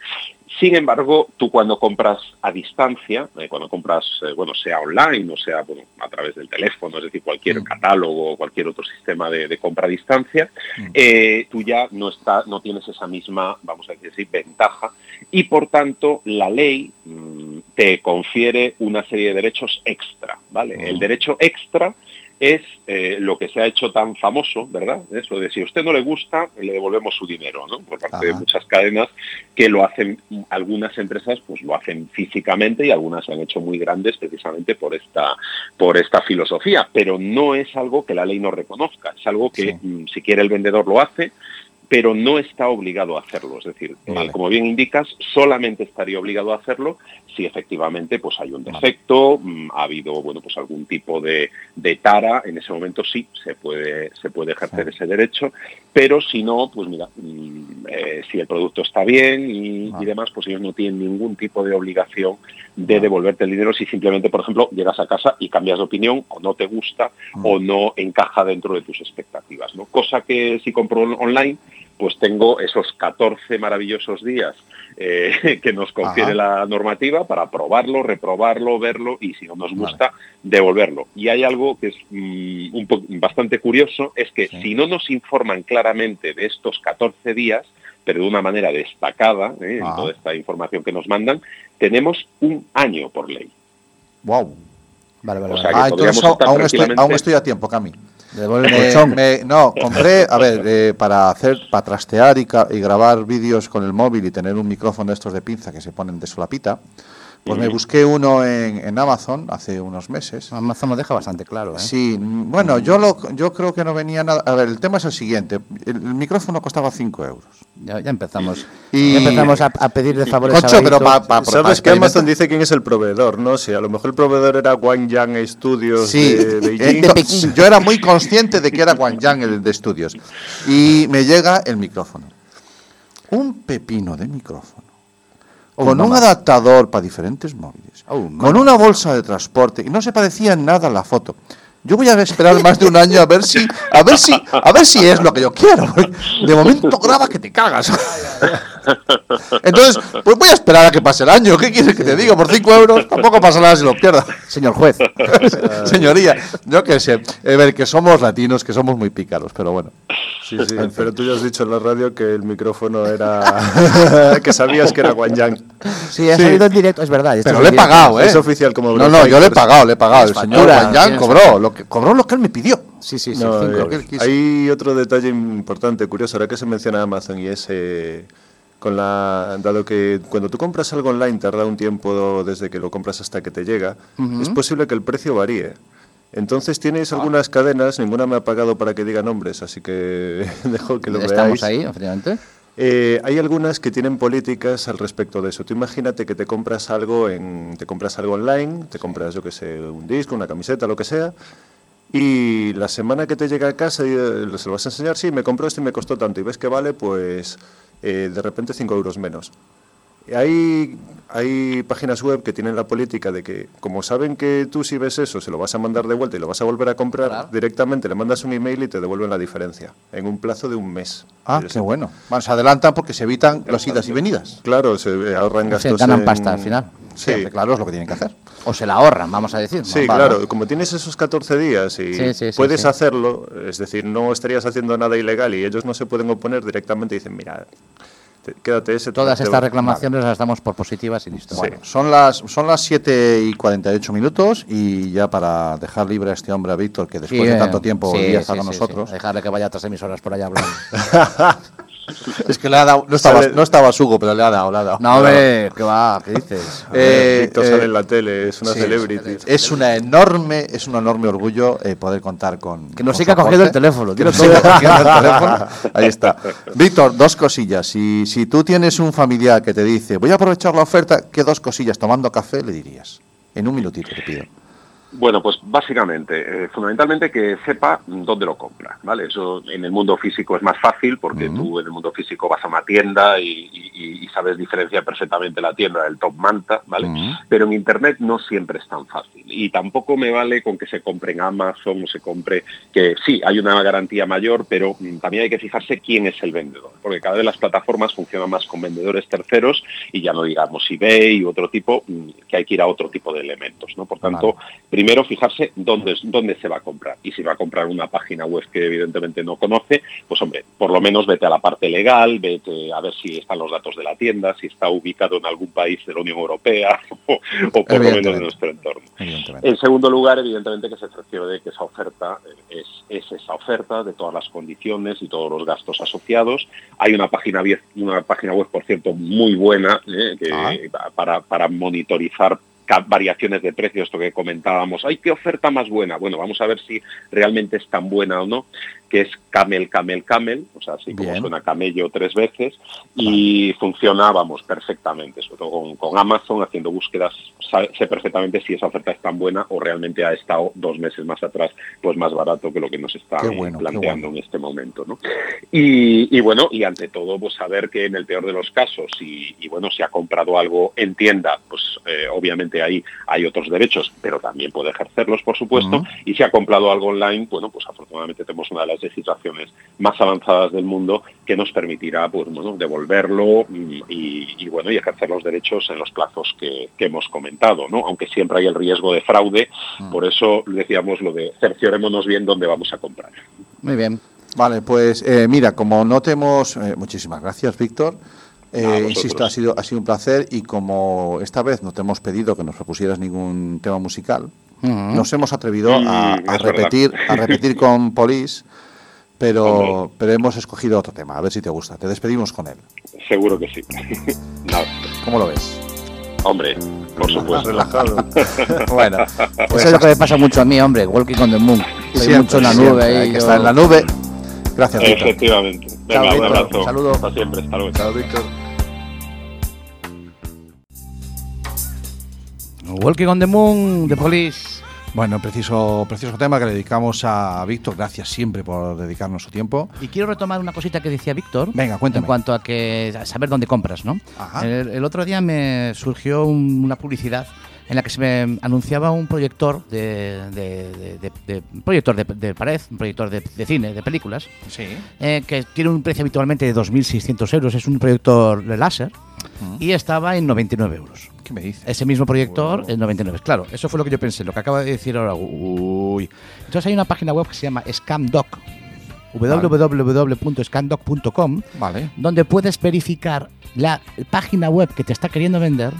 [SPEAKER 8] Sin embargo, tú cuando compras a distancia, eh, cuando compras, eh, bueno, sea online o sea bueno, a través del teléfono, es decir, cualquier catálogo o cualquier otro sistema de, de compra a distancia, eh, tú ya no, está, no tienes esa misma, vamos a decir así, ventaja y por tanto la ley mm, te confiere una serie de derechos extra, ¿vale? El derecho extra es eh, lo que se ha hecho tan famoso, ¿verdad? Eso de si a usted no le gusta, le devolvemos su dinero, ¿no? Por parte de
[SPEAKER 1] Ajá.
[SPEAKER 8] muchas cadenas que lo hacen, algunas empresas pues lo hacen físicamente y algunas se han hecho muy grandes precisamente por esta, por esta filosofía, pero no es algo que la ley no reconozca, es algo que
[SPEAKER 1] Sí.
[SPEAKER 8] mm, si quiere el vendedor lo hace, pero no está obligado a hacerlo. Es decir, eh,
[SPEAKER 1] Vale.
[SPEAKER 8] como bien indicas, solamente estaría obligado a hacerlo si efectivamente pues hay un defecto, mm, ha habido bueno pues algún tipo de, de tara, en ese momento sí se puede, se puede ejercer ese derecho, pero si no, pues mira, mm, eh, si el producto está bien y, y demás, pues ellos no tienen ningún tipo de obligación de devolverte el dinero si simplemente, por ejemplo, llegas a casa y cambias de opinión o no te gusta o no encaja dentro de tus expectativas, ¿no? Cosa que si compro on- online, pues tengo esos 14 maravillosos días eh, que nos confiere la normativa para probarlo, reprobarlo, verlo y si no nos gusta, devolverlo. Y hay algo que es mm, un po- bastante curioso, es que si no nos informan claramente de estos 14 días, pero de una manera destacada, ¿eh? en
[SPEAKER 1] Ajá.
[SPEAKER 8] toda esta información que nos mandan, tenemos un año por ley.
[SPEAKER 1] ¡Wow!
[SPEAKER 7] Vale, vale,
[SPEAKER 8] O
[SPEAKER 7] vale.
[SPEAKER 8] sea, que
[SPEAKER 1] Ah, entonces
[SPEAKER 8] podríamos
[SPEAKER 1] aún,
[SPEAKER 8] estar
[SPEAKER 1] aún estoy,
[SPEAKER 8] tranquilamente-
[SPEAKER 1] aún estoy a tiempo, Cami.
[SPEAKER 7] Devuelve el
[SPEAKER 1] Me-
[SPEAKER 7] colchón.
[SPEAKER 1] Eh, me- no, compré, a ver, eh, para hacer, para trastear y, ca- y grabar vídeos con el móvil y tener un micrófono de estos de pinza que se ponen de solapita, Pues me busqué uno en, en Amazon hace unos meses.
[SPEAKER 2] Amazon lo deja bastante claro, ¿eh?
[SPEAKER 1] Sí, mm, bueno, yo, lo, yo creo que no venía nada. A ver, el tema es el siguiente. El, el micrófono costaba 5 euros.
[SPEAKER 2] Ya, ya empezamos.
[SPEAKER 1] Y-
[SPEAKER 2] Ya empezamos a, a pedir de favores
[SPEAKER 1] Concho,
[SPEAKER 2] a Benito.
[SPEAKER 1] pero pa- pa- pa-
[SPEAKER 9] Sabes que
[SPEAKER 1] experimentar-
[SPEAKER 9] Amazon dice quién es el proveedor, ¿no? Si a lo mejor el proveedor era Guangyang Studios
[SPEAKER 1] Sí, eh,
[SPEAKER 9] de Beijing.
[SPEAKER 1] ento- yo era muy consciente de que era Guangyang el de estudios. Y me llega el micrófono. Un pepino de micrófono.
[SPEAKER 9] Oh,
[SPEAKER 1] Con un adaptador para diferentes móviles.
[SPEAKER 2] Oh,
[SPEAKER 1] Con una bolsa de transporte. Y no se parecía en nada a la foto. Yo voy a esperar más de un año a ver si, a ver si, a ver si es lo que yo quiero. porque De momento graba que te cagas. Entonces, pues voy a esperar a que pase el año. ¿Qué quieres que te diga? Por 5 euros tampoco pasa nada si lo pierdas.
[SPEAKER 2] Señor juez. eh,
[SPEAKER 1] Señoría, yo qué sé. A ver, que somos latinos, que somos muy pícaros, pero bueno.
[SPEAKER 9] Sí, sí, pero tú ya has dicho en la radio que el micrófono era. que sabías que era Guangyang.
[SPEAKER 2] Sí, ha
[SPEAKER 1] Sí.
[SPEAKER 2] salido en directo, es verdad. esto
[SPEAKER 1] Pero
[SPEAKER 2] es
[SPEAKER 1] le he
[SPEAKER 2] en directo.
[SPEAKER 1] pagado, ¿eh?
[SPEAKER 9] Es oficial como
[SPEAKER 1] No, no,
[SPEAKER 9] Eurofighters.
[SPEAKER 1] yo le he pagado, le he pagado. El
[SPEAKER 2] Tienes
[SPEAKER 1] señor
[SPEAKER 2] factura,
[SPEAKER 1] Guanyán
[SPEAKER 2] tienes
[SPEAKER 1] cobró lo, que, cobró lo que él me pidió.
[SPEAKER 2] Sí, sí, sí.
[SPEAKER 9] No,
[SPEAKER 2] cinco
[SPEAKER 9] eh,
[SPEAKER 2] euros.
[SPEAKER 1] euros.
[SPEAKER 9] hay otro detalle importante, curioso, ahora que se menciona Amazon y es eh, con la dado que cuando tú compras algo online tarda un tiempo desde que lo compras hasta que te llega, es posible que el precio varíe. Entonces tienes
[SPEAKER 2] Ah.
[SPEAKER 9] algunas cadenas, ninguna me ha pagado para que diga nombres, así que dejo que lo
[SPEAKER 2] Estamos
[SPEAKER 9] veáis.
[SPEAKER 2] ahí, efectivamente.
[SPEAKER 9] Eh, hay algunas que tienen políticas al respecto de eso. Tú imagínate que te compras algo en, te compras algo online, te compras yo que sé, un disco, una camiseta, lo que sea, y la semana que te llega a casa eh, se lo vas a enseñar, sí, me compró este y me costó tanto, y ves que vale, pues eh, de repente 5 euros menos. Hay, hay páginas web que tienen la política de que, como saben que tú si ves eso, se lo vas a mandar de vuelta y lo vas a volver a comprar, directamente le mandas un email y te devuelven la diferencia, en un plazo de un mes.
[SPEAKER 1] Ah,
[SPEAKER 9] Pero
[SPEAKER 1] qué
[SPEAKER 9] es-
[SPEAKER 1] bueno. Bueno, se adelantan porque se evitan las idas y venidas.
[SPEAKER 9] Claro, se eh, ahorran
[SPEAKER 2] Se
[SPEAKER 9] gastos.
[SPEAKER 2] ganan
[SPEAKER 9] en-
[SPEAKER 2] pasta al final.
[SPEAKER 9] Sí,
[SPEAKER 1] claro, es lo que tienen que hacer.
[SPEAKER 2] O se la ahorran, vamos a decir.
[SPEAKER 9] sí,
[SPEAKER 2] ¿no? Va,
[SPEAKER 9] claro.
[SPEAKER 2] ¿no?
[SPEAKER 9] Como tienes esos 14 días y
[SPEAKER 2] Sí, sí, sí,
[SPEAKER 9] puedes
[SPEAKER 2] sí.
[SPEAKER 9] hacerlo, es decir, no estarías haciendo nada ilegal y ellos no se pueden oponer directamente y dicen, mira, te- quédate ese. te-
[SPEAKER 2] Todas
[SPEAKER 9] te-
[SPEAKER 2] estas reclamaciones las damos por positivas y listo.
[SPEAKER 9] Sí.
[SPEAKER 1] Son las, son las 7 y 48 minutos y ya para dejar libre a este hombre, a Víctor, que después
[SPEAKER 2] Sí,
[SPEAKER 1] de
[SPEAKER 2] eh,
[SPEAKER 1] tanto tiempo
[SPEAKER 2] sí,
[SPEAKER 1] volvía a
[SPEAKER 2] sí,
[SPEAKER 1] estar con
[SPEAKER 2] sí, sí.
[SPEAKER 1] nosotros.
[SPEAKER 2] Dejarle que vaya a otras emisoras por allá hablando.
[SPEAKER 1] Es que le ha dado, no estaba, no estaba Sugo, pero le ha dado, le ha dado.
[SPEAKER 2] no, hombre, ¿qué va? ¿Qué dices?
[SPEAKER 1] Eh,
[SPEAKER 9] Víctor
[SPEAKER 1] eh,
[SPEAKER 9] sale en la tele, es una
[SPEAKER 1] Sí,
[SPEAKER 9] celebrity.
[SPEAKER 1] Es una enorme, es un enorme orgullo eh, poder contar con.
[SPEAKER 2] Que nos
[SPEAKER 1] con
[SPEAKER 2] siga
[SPEAKER 1] soporte.
[SPEAKER 2] cogiendo el teléfono,
[SPEAKER 1] Que
[SPEAKER 2] dilo
[SPEAKER 1] nos
[SPEAKER 2] todo.
[SPEAKER 1] siga cogiendo el teléfono. Ahí está. Víctor, dos cosillas. Si, si tú tienes un familiar que te dice, voy a aprovechar la oferta, ¿qué dos cosillas tomando café le dirías? En un minutito te pido.
[SPEAKER 8] Bueno, pues básicamente, eh, fundamentalmente que sepa dónde lo compra, ¿vale? Eso en el mundo físico es más fácil porque tú en el mundo físico vas a una tienda y, y- y sabes diferenciar perfectamente la tienda del top manta, ¿vale?
[SPEAKER 1] Mm,
[SPEAKER 8] Pero en Internet no siempre es tan fácil y tampoco me vale con que se compre en Amazon o se compre, que sí, hay una garantía mayor, pero mm, también hay que fijarse quién es el vendedor, porque cada vez las plataformas funcionan más con vendedores terceros y ya no digamos eBay y otro tipo, mm, que hay que ir a otro tipo de elementos, ¿no? Por tanto, primero fijarse dónde, dónde se va a comprar. Y si va a comprar una página web que evidentemente no conoce, pues hombre, por lo menos vete a la parte legal, vete a ver si están los datos de la tienda, si está ubicado en algún país de la Unión Europea o, o por lo menos
[SPEAKER 1] Evidentemente.
[SPEAKER 8] de nuestro entorno.
[SPEAKER 1] Evidentemente.
[SPEAKER 8] En segundo lugar, evidentemente que se cerciore de que esa oferta eh, es, es esa oferta de todas las condiciones y todos los gastos asociados. Hay una página web, una página web por cierto, muy buena eh, que-
[SPEAKER 1] Ah.
[SPEAKER 8] para, para monitorizar ca- variaciones de precio, esto que comentábamos, ¡ay, qué oferta más buena! Bueno, vamos a ver si realmente es tan buena o no, que es Camel, Camel, Camel, o sea, así como
[SPEAKER 1] Bien.
[SPEAKER 8] suena camello tres veces, y funcionábamos perfectamente, sobre todo con, con Amazon, haciendo búsquedas, sa- sé perfectamente si esa oferta es tan buena o realmente ha estado dos meses más atrás, pues más barato que lo que nos está
[SPEAKER 1] Qué
[SPEAKER 8] eh,
[SPEAKER 1] bueno, qué
[SPEAKER 8] planteando en este momento. ¿no? Y, y bueno, y ante todo, pues saber que en el peor de los casos, y, y bueno, si ha comprado algo en tienda, pues eh, obviamente ahí hay otros derechos, pero también puede ejercerlos, por supuesto, y si ha comprado algo online, bueno, pues afortunadamente tenemos una de las legislaciones más avanzadas del mundo que nos permitirá, pues bueno, devolverlo mm, y, y, bueno, y ejercer los derechos en los plazos que, que hemos comentado, ¿no? Aunque siempre hay el riesgo de fraude, por eso decíamos lo de cerciorémonos bien dónde vamos a comprar.
[SPEAKER 2] Muy bien.
[SPEAKER 1] Vale, pues eh, mira, como no te hemos. eh, muchísimas gracias, Víctor. Eh,
[SPEAKER 8] A vosotros.
[SPEAKER 1] insisto, ha sido, ha sido un placer y como esta vez no te hemos pedido que nos propusieras ningún tema musical, nos hemos atrevido a,
[SPEAKER 8] Mm,
[SPEAKER 1] a
[SPEAKER 8] es
[SPEAKER 1] repetir,
[SPEAKER 8] verdad.
[SPEAKER 1] a repetir con Polis, pero,
[SPEAKER 8] Hombre.
[SPEAKER 1] pero hemos escogido otro tema, a ver si te gusta. Te despedimos con él.
[SPEAKER 8] Seguro que sí. Nada.
[SPEAKER 1] ¿Cómo lo ves?
[SPEAKER 8] Hombre, por supuesto.
[SPEAKER 9] Relajado.
[SPEAKER 10] bueno,
[SPEAKER 2] Pues
[SPEAKER 1] pues
[SPEAKER 7] Eso es lo que me pasa mucho a mí, hombre. Walking on the moon. Estoy
[SPEAKER 10] Pues Siempre,
[SPEAKER 7] mucho en la
[SPEAKER 10] siempre,
[SPEAKER 7] nube ahí.
[SPEAKER 10] Hay que
[SPEAKER 7] yo-
[SPEAKER 10] estar en la nube. Gracias, Víctor.
[SPEAKER 8] Efectivamente. Venga,
[SPEAKER 10] Chao,
[SPEAKER 8] un
[SPEAKER 10] Víctor.
[SPEAKER 8] abrazo.
[SPEAKER 10] Saludo.
[SPEAKER 8] Hasta siempre. Hasta luego.
[SPEAKER 10] Chao, Víctor.
[SPEAKER 2] Walking on the Moon, The Police.
[SPEAKER 1] Bueno, preciso, preciso tema que le dedicamos a Víctor. Gracias siempre por dedicarnos su tiempo.
[SPEAKER 2] Y quiero retomar una cosita que decía Víctor.
[SPEAKER 1] Venga, cuéntame.
[SPEAKER 2] En cuanto a que a saber dónde compras, ¿no?
[SPEAKER 1] Ajá.
[SPEAKER 2] El, el otro día me surgió un- una publicidad en la que se me anunciaba un proyector de, de- de- de- de- un proyector de, de pared, un proyector de, de cine, de películas,
[SPEAKER 1] Sí.
[SPEAKER 2] eh, que tiene un precio habitualmente de 2.600 euros. Es un proyector de láser y estaba en 99 euros.
[SPEAKER 1] ¿Qué me dices?
[SPEAKER 2] Ese mismo proyector en 99. Claro, eso fue lo que yo pensé, lo que acaba de decir ahora. Uy. Entonces hay una página web que se llama Scamdoc, www.scamdoc.com,
[SPEAKER 1] Vale.
[SPEAKER 2] donde puedes verificar la página web que te está queriendo vender,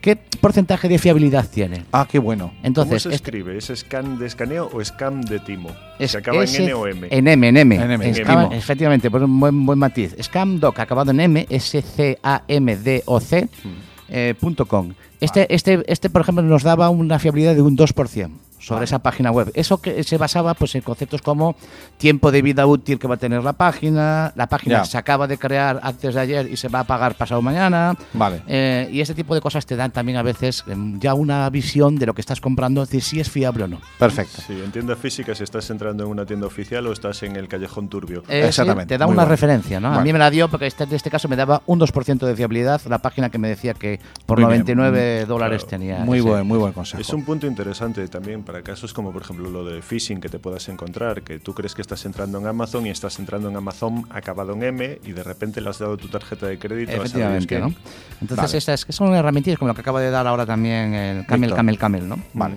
[SPEAKER 2] qué porcentaje de fiabilidad tiene.
[SPEAKER 1] Ah, qué bueno.
[SPEAKER 2] Entonces,
[SPEAKER 9] ¿Cómo se
[SPEAKER 2] este-
[SPEAKER 9] escribe? ¿Es scan de escaneo o scam de timo?
[SPEAKER 2] es-
[SPEAKER 9] se acaba en
[SPEAKER 2] ese-
[SPEAKER 9] N o M.
[SPEAKER 2] En M, en M.
[SPEAKER 1] En M,
[SPEAKER 2] Es-
[SPEAKER 9] en
[SPEAKER 2] acaba-
[SPEAKER 1] M.
[SPEAKER 2] efectivamente, por un buen, buen matiz. Scamdoc, acabado en M, S-C-A-M-D-O-C.
[SPEAKER 9] Hmm.
[SPEAKER 2] eh, punto com. Este, este, este, por ejemplo, nos daba una fiabilidad de un 2% sobre
[SPEAKER 9] Ah.
[SPEAKER 2] esa página web. Eso que se basaba pues, en conceptos como tiempo de vida útil que va a tener la página, la página
[SPEAKER 1] Ya.
[SPEAKER 2] que se acaba de crear antes de ayer y se va a pagar pasado mañana,
[SPEAKER 1] Vale.
[SPEAKER 2] eh, y ese tipo de cosas te dan también a veces em, ya una visión de lo que estás comprando, de si es fiable o no.
[SPEAKER 1] Perfecto.
[SPEAKER 9] Sí, en tienda física si estás entrando en una tienda oficial o estás en el callejón turbio.
[SPEAKER 2] Es decir,
[SPEAKER 1] Exactamente,
[SPEAKER 2] Te da
[SPEAKER 1] muy
[SPEAKER 2] una
[SPEAKER 1] bueno.
[SPEAKER 2] referencia, ¿no? A
[SPEAKER 1] Vale.
[SPEAKER 2] mí me la dio porque este- en este caso me daba un 2% de fiabilidad la página que me decía que por
[SPEAKER 1] Muy bien, Mm,
[SPEAKER 2] 99 dólares tenía.
[SPEAKER 1] Muy
[SPEAKER 2] ese.
[SPEAKER 1] buen, muy buen consejo.
[SPEAKER 9] Es un punto interesante también para casos como, por ejemplo, lo de phishing que te puedas encontrar, que tú crees que estás entrando en Amazon y estás entrando en Amazon acabado en M y de repente le has dado tu tarjeta de crédito. a saber
[SPEAKER 2] Efectivamente,
[SPEAKER 9] quién.
[SPEAKER 2] ¿no? Entonces esas que son herramientas como la que acaba de dar ahora también el Camel,
[SPEAKER 1] Víctor.
[SPEAKER 2] Camel, Camel, ¿no?
[SPEAKER 1] Vale.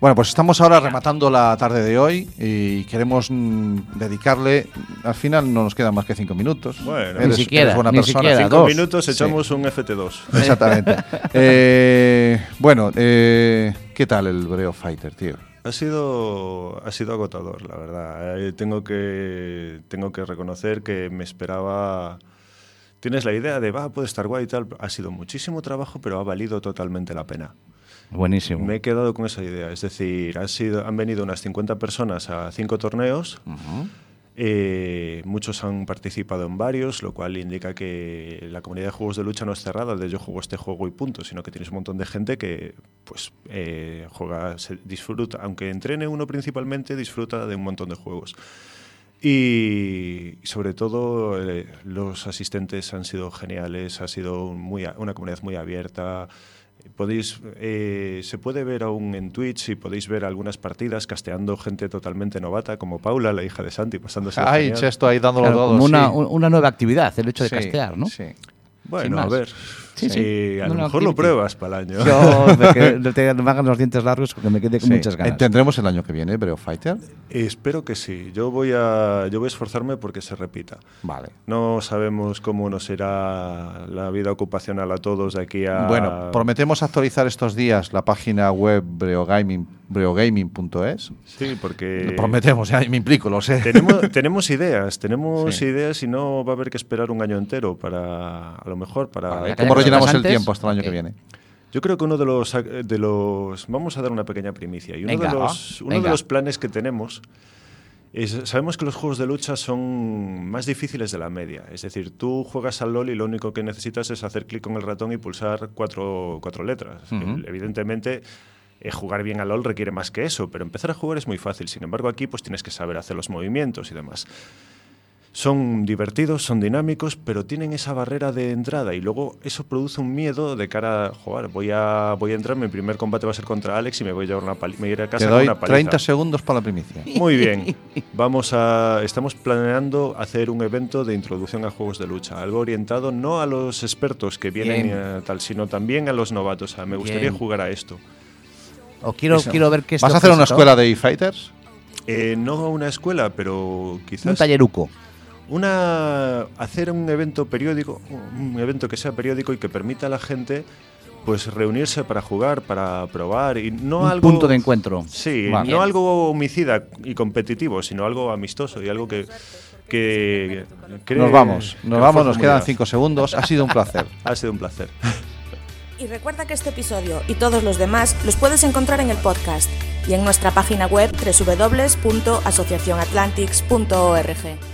[SPEAKER 1] Bueno, pues estamos ahora rematando la tarde de hoy y queremos mm, dedicarle. Al final no nos quedan más que cinco minutos.
[SPEAKER 9] Bueno. Ni
[SPEAKER 1] eres,
[SPEAKER 2] siquiera,
[SPEAKER 1] eres buena
[SPEAKER 2] ni
[SPEAKER 1] persona.
[SPEAKER 2] siquiera,
[SPEAKER 1] Cinco
[SPEAKER 9] Dos
[SPEAKER 2] Dos.
[SPEAKER 9] minutos
[SPEAKER 1] Sí.
[SPEAKER 9] echamos un FT2.
[SPEAKER 1] Exactamente. Eh, bueno, eh, ¿qué tal el Breo Fighter, tío?
[SPEAKER 9] Ha sido, ha sido agotador, la verdad. Eh, tengo, que, tengo que reconocer que me esperaba... Tienes la idea de, va, puede estar guay y tal. Ha sido muchísimo trabajo, pero ha valido totalmente la pena.
[SPEAKER 2] Buenísimo.
[SPEAKER 9] Me he quedado con esa idea. Es decir, han, sido, han venido unas 50 personas a cinco torneos. Eh, muchos han participado en varios, lo cual indica que la comunidad de juegos de lucha no es cerrada, de yo juego este juego y punto, sino que tienes un montón de gente que pues eh, juega, se disfruta, aunque entrene uno principalmente, disfruta de un montón de juegos. Y sobre todo eh, los asistentes han sido geniales, ha sido un muy, a- una comunidad muy abierta. Podéis, eh, se puede ver aún en Twitch y podéis ver algunas partidas casteando gente totalmente novata, como Paula, la hija de Santi, pasándose.
[SPEAKER 1] Ay,
[SPEAKER 9] genial.
[SPEAKER 1] Chesto Pues ahí dándolo
[SPEAKER 2] Claro,
[SPEAKER 1] todo.
[SPEAKER 2] como una,
[SPEAKER 1] sí.
[SPEAKER 2] un- una nueva actividad, el hecho de
[SPEAKER 1] Sí,
[SPEAKER 2] castear, ¿no?
[SPEAKER 1] Sí.
[SPEAKER 2] sin
[SPEAKER 9] Bueno, a
[SPEAKER 2] más.
[SPEAKER 9] ver.
[SPEAKER 2] Sí, sí.
[SPEAKER 9] si A
[SPEAKER 2] No,
[SPEAKER 9] lo
[SPEAKER 2] no,
[SPEAKER 9] mejor lo
[SPEAKER 2] activity.
[SPEAKER 9] pruebas para el año.
[SPEAKER 2] Yo me, quedé- te- me hagan los dientes largos porque me quedé con
[SPEAKER 1] Sí.
[SPEAKER 2] muchas ganas.
[SPEAKER 1] ¿Tendremos el año que viene Breo Fighter?
[SPEAKER 9] Espero que sí. Yo voy a, yo voy a esforzarme porque se repita.
[SPEAKER 1] Vale.
[SPEAKER 9] No sabemos cómo nos será la vida ocupacional a todos de aquí
[SPEAKER 2] Ah.
[SPEAKER 9] a.
[SPEAKER 1] Bueno, prometemos actualizar estos días la página web breogaming- breogaming.es.
[SPEAKER 9] Sí, porque.
[SPEAKER 1] Lo prometemos, ya me implico, lo sé.
[SPEAKER 9] Tenemos, tenemos ideas, tenemos
[SPEAKER 1] Sí.
[SPEAKER 9] ideas y no va a haber que esperar un año entero para, a lo mejor, para...
[SPEAKER 1] Vale,
[SPEAKER 2] que
[SPEAKER 1] ¿Cómo
[SPEAKER 2] haya
[SPEAKER 1] rellenamos el
[SPEAKER 2] antes?
[SPEAKER 1] tiempo hasta el año que
[SPEAKER 2] Eh,
[SPEAKER 1] viene?
[SPEAKER 9] Yo creo que uno de los, ac- de los... Vamos a dar una pequeña primicia. Y uno,
[SPEAKER 2] Venga,
[SPEAKER 9] de, los,
[SPEAKER 2] ah,
[SPEAKER 9] uno de
[SPEAKER 2] venga.
[SPEAKER 9] los planes que tenemos es... Sabemos que los juegos de lucha son más difíciles de la media. Es decir, tú juegas al LOL y lo único que necesitas es hacer clic con el ratón y pulsar cuatro, cuatro letras. El- Evidentemente... eh, jugar bien al LOL requiere más que eso, pero empezar a jugar es muy fácil. Sin embargo, aquí pues tienes que saber hacer los movimientos y demás. Son divertidos, son dinámicos, pero tienen esa barrera de entrada y luego eso produce un miedo de cara a jugar. Voy a, voy a entrar, mi primer combate va a ser contra Alex y me voy a llevar una pali- me iré a casa
[SPEAKER 1] Te doy
[SPEAKER 9] con una paliza.
[SPEAKER 1] 30 segundos para la primicia.
[SPEAKER 9] Muy bien. Vamos a estamos planeando hacer un evento de introducción a juegos de lucha, algo orientado no a los expertos que vienen
[SPEAKER 2] Bien.
[SPEAKER 9] eh, tal, sino también a los novatos. A, me gustaría
[SPEAKER 2] Bien.
[SPEAKER 9] jugar a esto.
[SPEAKER 2] O quiero,
[SPEAKER 1] Eso.
[SPEAKER 2] quiero ver qué es
[SPEAKER 1] ¿Vas
[SPEAKER 2] lo
[SPEAKER 1] a hacer
[SPEAKER 2] que
[SPEAKER 1] una
[SPEAKER 2] es esto.
[SPEAKER 1] escuela de e-fighters?
[SPEAKER 9] Eh, no a una escuela, pero quizás
[SPEAKER 2] Un talleruco.
[SPEAKER 9] una hacer un evento periódico, un evento que sea periódico y que permita a la gente pues reunirse para jugar, para probar y no
[SPEAKER 2] un
[SPEAKER 9] algo
[SPEAKER 2] punto de encuentro.
[SPEAKER 9] Sí,
[SPEAKER 1] Vale.
[SPEAKER 9] no algo homicida y competitivo, sino algo amistoso y algo que que cree-
[SPEAKER 1] Nos vamos,
[SPEAKER 9] que
[SPEAKER 1] nos vamos, nos
[SPEAKER 9] forma
[SPEAKER 1] quedan
[SPEAKER 9] comunidad.
[SPEAKER 1] 5 segundos. Ha sido un placer.
[SPEAKER 9] Ha sido un placer.
[SPEAKER 6] y recuerda que este episodio y todos los demás los puedes encontrar en el podcast y en nuestra página web www.asociacionatlantics.org.